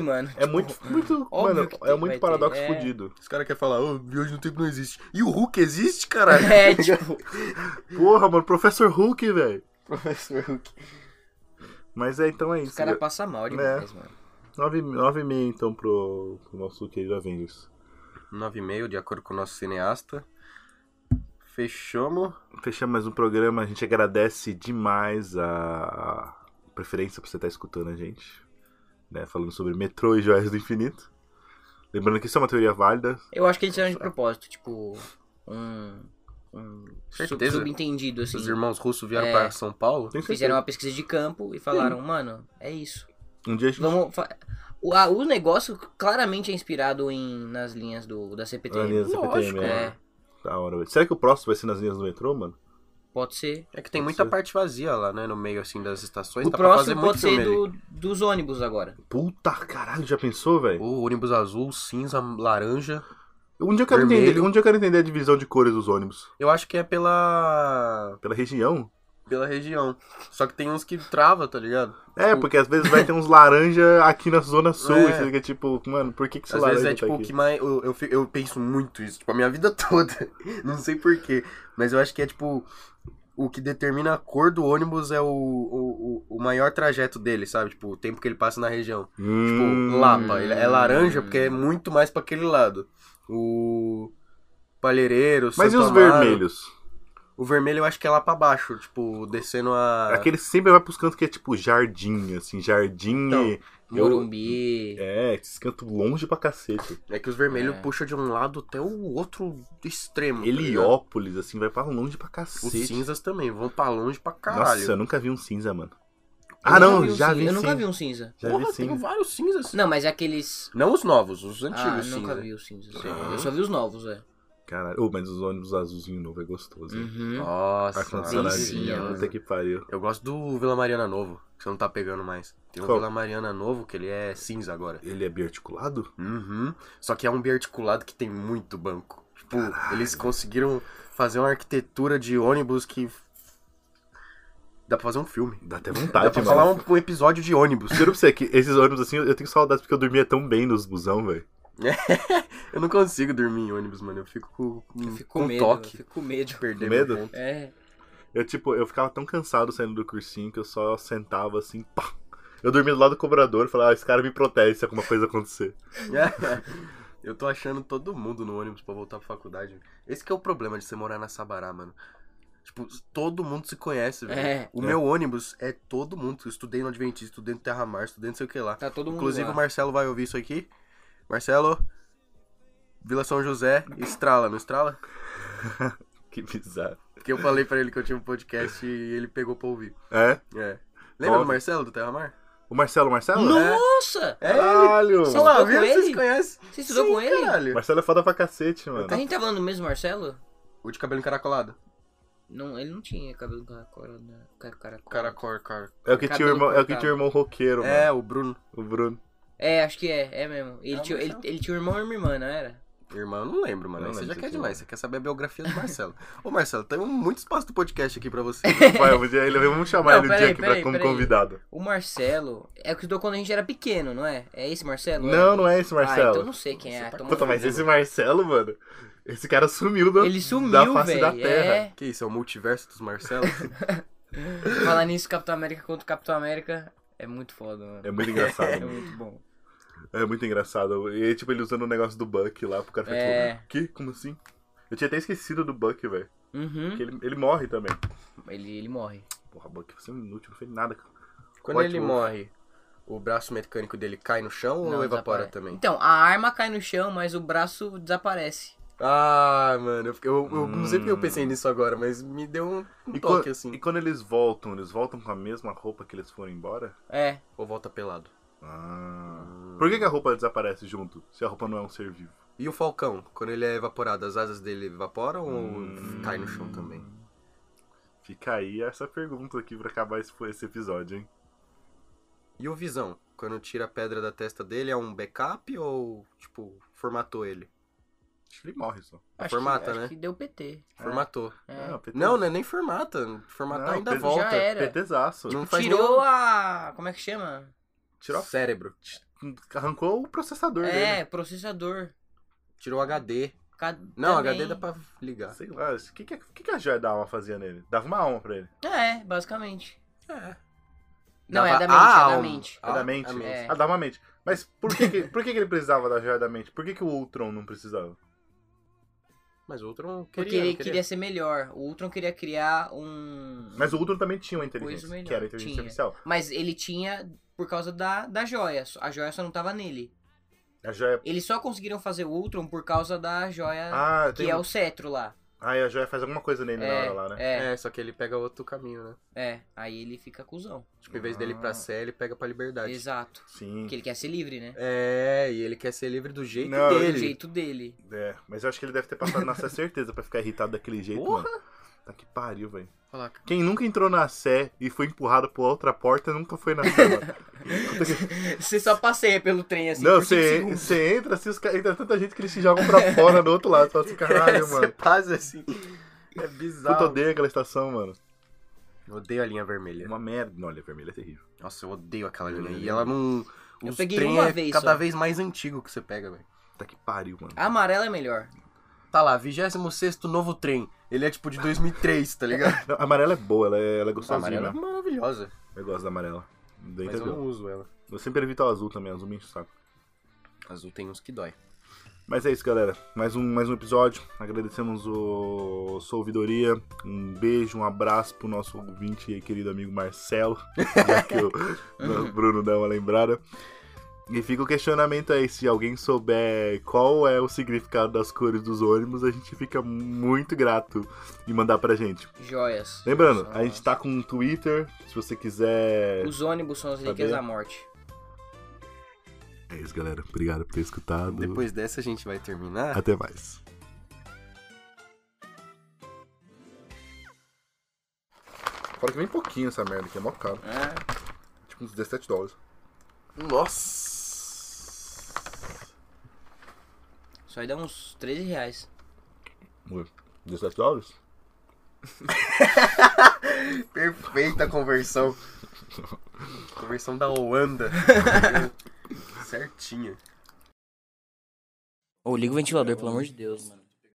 Speaker 4: mano.
Speaker 2: É muito, muito,
Speaker 4: óbvio
Speaker 2: mano,
Speaker 4: que
Speaker 2: é
Speaker 4: tem- vai
Speaker 2: muito
Speaker 4: ter,
Speaker 2: paradoxo
Speaker 4: é.
Speaker 2: fudido.
Speaker 3: Os caras querem falar, ô, hoje no tempo não existe. E o Hulk existe, caralho?
Speaker 4: É, tipo.
Speaker 2: Porra, mano, Professor Hulk, velho.
Speaker 3: Professor Hulk.
Speaker 2: Mas é, então é
Speaker 4: Os
Speaker 2: isso.
Speaker 4: caras passam mal demais, mano.
Speaker 2: 9,5 então pro, pro nosso querido Avengers.
Speaker 3: 9,5, de acordo com o nosso cineasta. Fechamos.
Speaker 2: Fechamos mais um programa, a gente agradece demais a preferência por você estar escutando a gente. Né? Falando sobre metrô e joias do infinito. Lembrando que isso é uma teoria válida.
Speaker 4: Eu acho que eles fizeram de propósito, tipo. Um. Um. sub-
Speaker 3: Certeza.
Speaker 4: Subentendido, assim.
Speaker 3: Os irmãos russos vieram
Speaker 4: É.
Speaker 3: pra São Paulo.
Speaker 2: Tenho
Speaker 4: Fizeram
Speaker 2: certeza.
Speaker 4: uma pesquisa de campo e falaram, mano, é isso.
Speaker 2: Um dia a gente.
Speaker 4: Vamos. fa- O, a- o negócio claramente é inspirado em, nas linhas do,
Speaker 2: Nas
Speaker 4: da
Speaker 2: linhas
Speaker 4: CPTM.
Speaker 2: do
Speaker 3: Lógico,
Speaker 2: CPTM, é.
Speaker 4: É,
Speaker 2: Da hora, velho. Será que o próximo vai ser nas linhas do metrô, mano?
Speaker 4: pode ser.
Speaker 3: É que tem
Speaker 2: Pode
Speaker 3: muita
Speaker 2: ser.
Speaker 3: parte vazia lá, né? No meio, assim, das estações.
Speaker 4: O
Speaker 3: Dá pra fazer
Speaker 4: próximo
Speaker 3: muito
Speaker 4: pode ser
Speaker 3: filme ali.
Speaker 4: do, dos ônibus agora.
Speaker 2: Puta caralho, já pensou, velho?
Speaker 3: O ônibus azul, cinza, laranja.
Speaker 2: Um dia, eu quero
Speaker 3: Vermelho.
Speaker 2: entender, um dia eu quero entender a divisão de cores dos ônibus.
Speaker 3: Eu acho que é pela...
Speaker 2: Pela região?
Speaker 3: pela região. Só que tem uns que trava, tá ligado?
Speaker 2: É, porque às vezes vai ter uns laranja aqui na zona sul.
Speaker 3: É.
Speaker 2: E você fica tipo, mano, por que que esse
Speaker 3: Às
Speaker 2: laranja
Speaker 3: vezes é
Speaker 2: tá
Speaker 3: tipo o
Speaker 2: aqui?
Speaker 3: que mais. Eu, eu, fi- eu penso muito isso, tipo, a minha vida toda. Não sei porquê. Mas eu acho que é tipo. O que determina a cor do ônibus é o, o, o- o maior trajeto dele, sabe? Tipo, o tempo que ele passa na região. Tipo,
Speaker 2: Hum,
Speaker 3: Lapa. Ele é laranja porque é muito mais pra aquele lado. O. Palheireiro,
Speaker 2: Mas e
Speaker 3: Santo
Speaker 2: os
Speaker 3: Amaro.
Speaker 2: vermelhos?
Speaker 3: O vermelho eu acho que é lá pra baixo, tipo, descendo a.
Speaker 2: Aquele É sempre vai pros cantos que é tipo jardim, assim, jardim
Speaker 3: Então,
Speaker 2: e...
Speaker 4: Morumbi.
Speaker 2: É, esses cantos longe pra cacete.
Speaker 3: É que os vermelhos
Speaker 4: É.
Speaker 3: puxa de um lado até o outro extremo. tá ligado?
Speaker 2: Heliópolis, assim, vai pra longe pra
Speaker 3: Os
Speaker 2: cacete.
Speaker 3: cinzas também, vão pra longe pra caralho.
Speaker 2: Nossa, eu nunca vi um cinza, mano.
Speaker 4: Eu
Speaker 2: Ah,
Speaker 4: nunca
Speaker 2: não,
Speaker 4: um
Speaker 2: já
Speaker 4: cinza.
Speaker 2: vi
Speaker 4: Eu nunca
Speaker 2: cinza.
Speaker 4: vi um cinza.
Speaker 2: Já
Speaker 3: Porra,
Speaker 2: vi
Speaker 3: tem
Speaker 2: cinza.
Speaker 3: vários cinzas.
Speaker 4: Não, mas é aqueles.
Speaker 3: Não os novos, os
Speaker 4: Ah,
Speaker 3: antigos
Speaker 4: nunca
Speaker 3: cinza.
Speaker 4: vi os cinzas.
Speaker 3: Ah.
Speaker 4: Eu só vi os novos, é.
Speaker 2: Caralho, Ô, mas os ônibus azulzinho novo é gostoso. hein?
Speaker 4: Uhum.
Speaker 2: Tá
Speaker 3: Nossa,
Speaker 4: delícia,
Speaker 2: Ar-condicionadinho,
Speaker 4: mano.
Speaker 2: puta que pariu.
Speaker 3: Eu gosto do Vila Mariana novo, que você não tá pegando mais. Tem um
Speaker 2: Qual?
Speaker 3: Vila Mariana novo que ele é cinza agora.
Speaker 2: Ele é biarticulado?
Speaker 3: Uhum. Só que é um biarticulado que tem muito banco. Tipo, eles conseguiram fazer uma arquitetura de ônibus que. Dá pra fazer um filme.
Speaker 2: Dá até
Speaker 3: Dá
Speaker 2: vontade,
Speaker 3: pra
Speaker 2: mano.
Speaker 3: falar um, um episódio de ônibus.
Speaker 2: Juro pra você que esses ônibus assim, eu tenho saudades porque eu dormia tão bem nos busão, velho.
Speaker 3: Eu não consigo dormir em ônibus, mano. Eu fico com, com,
Speaker 4: Eu fico com
Speaker 3: com
Speaker 4: medo, eu
Speaker 3: toque.
Speaker 4: fico com medo.
Speaker 3: de Perder
Speaker 2: Com medo?
Speaker 3: meu ponto.
Speaker 4: É,
Speaker 2: Eu, tipo, eu ficava tão cansado saindo do cursinho que eu só sentava assim, pá. Eu dormia do lado do cobrador e falava, ah, esse cara me protege se alguma coisa acontecer.
Speaker 3: eu tô achando todo mundo no ônibus pra voltar pra faculdade. Esse que é o problema de você morar na Sabará, mano. Tipo, todo mundo se conhece, velho.
Speaker 4: É.
Speaker 3: o
Speaker 2: É.
Speaker 3: meu ônibus é todo mundo. Eu estudei no Adventista, estudei no Terra Mar, estudei no sei o que lá.
Speaker 4: tá todo mundo
Speaker 3: Inclusive
Speaker 4: lá.
Speaker 3: o Marcelo vai ouvir isso aqui. Marcelo, Vila São José, Estrala, não Estrala?
Speaker 2: Que bizarro.
Speaker 3: Porque eu falei pra ele que eu tinha um podcast e ele pegou pra ouvir.
Speaker 2: É?
Speaker 3: É. Lembra
Speaker 2: Top.
Speaker 3: do Marcelo, do Terra Mar?
Speaker 2: O Marcelo, o Marcelo?
Speaker 4: Nossa!
Speaker 3: É,
Speaker 2: Caralho!
Speaker 4: Sei
Speaker 3: Olha
Speaker 2: mano.
Speaker 3: lá, viu?
Speaker 4: lá, Ah, Estudou com ele?
Speaker 3: Vocês conhecem?
Speaker 4: Você estudou com ele?
Speaker 2: O
Speaker 3: Caralho.
Speaker 2: Marcelo é foda pra cacete, mano.
Speaker 4: A gente tá falando do mesmo Marcelo?
Speaker 3: O de cabelo encaracolado.
Speaker 4: Não, ele não tinha cabelo caracol, né? Cara- caracol.
Speaker 3: Caracor, cara.
Speaker 2: É o que tinha o
Speaker 4: Cabelo
Speaker 2: irmão, é o que
Speaker 4: cortado.
Speaker 2: tinha o irmão roqueiro, mano.
Speaker 3: É, o Bruno.
Speaker 2: O Bruno.
Speaker 4: É, acho que é, é mesmo. Ele,
Speaker 3: É o
Speaker 4: tinha, ele,
Speaker 3: Marcelo.
Speaker 4: ele tinha um irmão e uma irmã, não era?
Speaker 3: Irmão, eu não lembro, mano.
Speaker 2: Eu
Speaker 3: Aí
Speaker 2: não
Speaker 3: você já
Speaker 2: lembro
Speaker 3: quer
Speaker 2: disso,
Speaker 3: demais.
Speaker 2: não.
Speaker 3: Você quer saber a biografia do Marcelo. Ô, Marcelo, tem um- muito espaço do podcast aqui pra você.
Speaker 2: Vai, um dia ele vamos chamar
Speaker 4: Não,
Speaker 2: ele um dia
Speaker 4: peraí,
Speaker 2: aqui pra,
Speaker 4: peraí,
Speaker 2: como
Speaker 4: peraí.
Speaker 2: convidado.
Speaker 4: O Marcelo é o que estudou quando a gente era pequeno, não é? É esse Marcelo?
Speaker 2: Não, não é esse
Speaker 4: Ah, então eu
Speaker 2: Marcelo.
Speaker 4: não sei quem é.
Speaker 3: Você tá
Speaker 4: Então-
Speaker 2: Puta, mas esse Marcelo, mano, esse cara sumiu da,
Speaker 4: Ele
Speaker 2: da
Speaker 4: sumiu,
Speaker 2: face da
Speaker 4: velho.
Speaker 2: terra.
Speaker 4: É.
Speaker 3: que isso, é o multiverso dos Marcelos?
Speaker 4: Falar nisso, Capitão América contra Capitão América é muito foda, mano.
Speaker 2: É muito engraçado.
Speaker 4: É
Speaker 2: mano.
Speaker 4: muito bom.
Speaker 2: É muito engraçado. E tipo, ele usando o negócio do Buck lá pro cara ficar
Speaker 4: É.
Speaker 2: tipo, que? Como assim? Eu tinha até esquecido do Buck, velho.
Speaker 4: Uhum.
Speaker 2: Porque ele, ele morre também.
Speaker 4: Ele, ele morre.
Speaker 2: Porra, Buck, você é um inútil, não fez nada. cara.
Speaker 3: Quando
Speaker 2: White
Speaker 3: ele
Speaker 2: Wolf.
Speaker 3: morre, o braço mecânico dele cai no chão
Speaker 4: Não,
Speaker 3: ou evapora
Speaker 4: desapare-
Speaker 3: também?
Speaker 4: Então, a arma cai no chão, mas o braço desaparece.
Speaker 3: Ah, mano, eu, fiquei- eu- eu não sei porque eu
Speaker 2: Hum.
Speaker 3: pensei nisso agora, mas me deu um, um
Speaker 2: E,
Speaker 3: toque
Speaker 2: quan-
Speaker 3: assim.
Speaker 2: e quando eles voltam, eles voltam com a mesma roupa que eles foram embora?
Speaker 4: É,
Speaker 3: Ou volta pelado.
Speaker 2: Ah. Por que, que a roupa desaparece junto? Se a roupa não é um ser vivo?
Speaker 3: E o falcão, quando ele é evaporado, as asas dele evaporam ou cai no chão também?
Speaker 2: Fica aí essa pergunta aqui pra acabar esse, esse episódio, hein?
Speaker 3: E o Visão? Quando tira a pedra da testa dele, é um backup ou, tipo, formatou ele?
Speaker 2: Acho que ele morre só. Ah,
Speaker 4: acho
Speaker 3: Formata,
Speaker 4: que, acho
Speaker 3: né?
Speaker 4: que deu PT.
Speaker 3: Formatou.
Speaker 4: É.
Speaker 2: Não, PT,
Speaker 3: Não, não é nem formata. Formatar
Speaker 2: Não,
Speaker 3: ainda
Speaker 2: Pedro
Speaker 3: volta.
Speaker 4: já era.
Speaker 2: PTzaço.
Speaker 3: Não faz
Speaker 4: Tirou
Speaker 3: nenhum-
Speaker 4: a. Como é que chama?
Speaker 2: Tirou a
Speaker 3: cérebro.
Speaker 2: Arrancou o processador
Speaker 4: É, processador.
Speaker 3: Tirou HD.
Speaker 4: Ca-
Speaker 3: Não,
Speaker 4: também.
Speaker 3: HD dá pra ligar.
Speaker 2: dele. Sei lá, o que, que, o que que a joia da alma fazia nele? Dava uma alma pra ele.
Speaker 4: É, basicamente.
Speaker 3: É.
Speaker 4: Não, é
Speaker 3: Dava
Speaker 4: da mente,
Speaker 3: a
Speaker 4: é da
Speaker 3: alma.
Speaker 4: mente.
Speaker 2: É da mente?
Speaker 3: a mente.
Speaker 4: É.
Speaker 2: Ah, dava uma mente. Mas por que, que, por que, que ele precisava da joia da mente? Por que, que o Ultron não precisava?
Speaker 3: Mas o outro não queria.
Speaker 4: Porque ele
Speaker 3: não
Speaker 4: queria. ser melhor. O Ultron queria criar um.
Speaker 2: Mas o Ultron também tinha uma inteligência,
Speaker 4: Coisa melhor,
Speaker 2: que era a inteligência
Speaker 4: tinha.
Speaker 2: artificial.
Speaker 4: Mas ele tinha por causa da, da joia. A joia só não tava nele.
Speaker 2: A joia...
Speaker 4: Eles só conseguiram fazer o Ultron por causa da joia
Speaker 2: Ah,
Speaker 4: que
Speaker 2: tem...
Speaker 4: é o cetro lá.
Speaker 2: ah, e a joia faz alguma coisa nele na
Speaker 4: É,
Speaker 2: hora lá, né?
Speaker 4: é,
Speaker 3: É, só que ele pega outro caminho, né?
Speaker 4: é. Aí ele fica cuzão.
Speaker 3: Tipo, em vez dele ir
Speaker 2: Ah.
Speaker 3: pra Sé, ele pega pra
Speaker 2: É, tipo,
Speaker 3: liberdade.
Speaker 4: Exato.
Speaker 2: Sim.
Speaker 4: Porque ele quer ser livre, né?
Speaker 3: É, e ele quer ser livre do jeito
Speaker 2: Não,
Speaker 4: Do
Speaker 3: dele.
Speaker 4: jeito dele.
Speaker 2: É, mas eu acho que ele deve ter passado nessa certeza pra ficar irritado daquele jeito,
Speaker 3: Porra!
Speaker 2: mano. Tá que pariu, velho.
Speaker 3: Falar,
Speaker 2: Quem nunca entrou na Sé e foi empurrado pra outra porta nunca foi na Sé, mano.
Speaker 4: Você só passeia pelo trem assim.
Speaker 2: Não,
Speaker 4: por cinco
Speaker 2: você
Speaker 4: segundos.
Speaker 2: você entra, assim, os caras- entra tanta gente que eles te jogam pra fora do outro lado. Você fala assim, caralho,
Speaker 3: Você
Speaker 2: mano.
Speaker 3: passa assim. É
Speaker 2: Puta,
Speaker 3: bizarro.
Speaker 2: odeio aquela estação, mano. É
Speaker 3: Eu odeio a linha vermelha.
Speaker 2: Uma merda. Não, olha, vermelha é terrível.
Speaker 3: Nossa, eu odeio aquela linha. E ela não.
Speaker 4: Eu
Speaker 3: os
Speaker 4: peguei
Speaker 3: trem
Speaker 4: uma
Speaker 3: é
Speaker 4: vez
Speaker 3: Cada
Speaker 4: só.
Speaker 3: vez mais antigo que você pega, velho.
Speaker 2: Tá que pariu, mano.
Speaker 3: Ah.
Speaker 4: A amarela é melhor.
Speaker 3: Tá lá, 26 novo trem. Ele é tipo de 2003, tá ligado?
Speaker 2: Não, a amarela é boa, ela é, ela é
Speaker 3: A
Speaker 2: gostosinha.
Speaker 3: amarela é
Speaker 2: né?
Speaker 3: maravilhosa.
Speaker 2: Eu gosto da amarela. Bem
Speaker 3: Mas eu
Speaker 2: tranquilo.
Speaker 3: não uso ela.
Speaker 2: Eu sempre evito a azul também, a azul me enche o saco.
Speaker 3: Azul tem uns que dói.
Speaker 2: Mas é isso, galera. Mais um, mais um episódio. Agradecemos o sua ouvidoria. Um beijo, um abraço pro nosso ouvinte e querido amigo Marcelo. já que o o Bruno dá uma lembrada. E fica o questionamento aí, se alguém souber qual é o significado das cores dos ônibus, a gente fica muito grato em mandar pra gente.
Speaker 4: Joias.
Speaker 2: Lembrando,
Speaker 4: São
Speaker 2: a gente
Speaker 4: as-
Speaker 2: tá com um Twitter, se você quiser.
Speaker 4: Os ônibus são as relíquias
Speaker 2: Sabia?
Speaker 4: da morte.
Speaker 2: É isso, galera. Obrigado por ter escutado.
Speaker 3: Depois dessa a gente vai terminar.
Speaker 2: Até mais. Fora que vem pouquinho essa merda aqui, é mó caro.
Speaker 4: Ah.
Speaker 2: Tipo uns 17 dólares.
Speaker 3: Nossa!
Speaker 4: Isso aí dá uns 13 reais.
Speaker 2: Ué, 17 dólares?
Speaker 3: Perfeita conversão. Conversão da Holanda. Certinho.
Speaker 4: Ô, liga o ventilador, pelo amor de Deus, mano.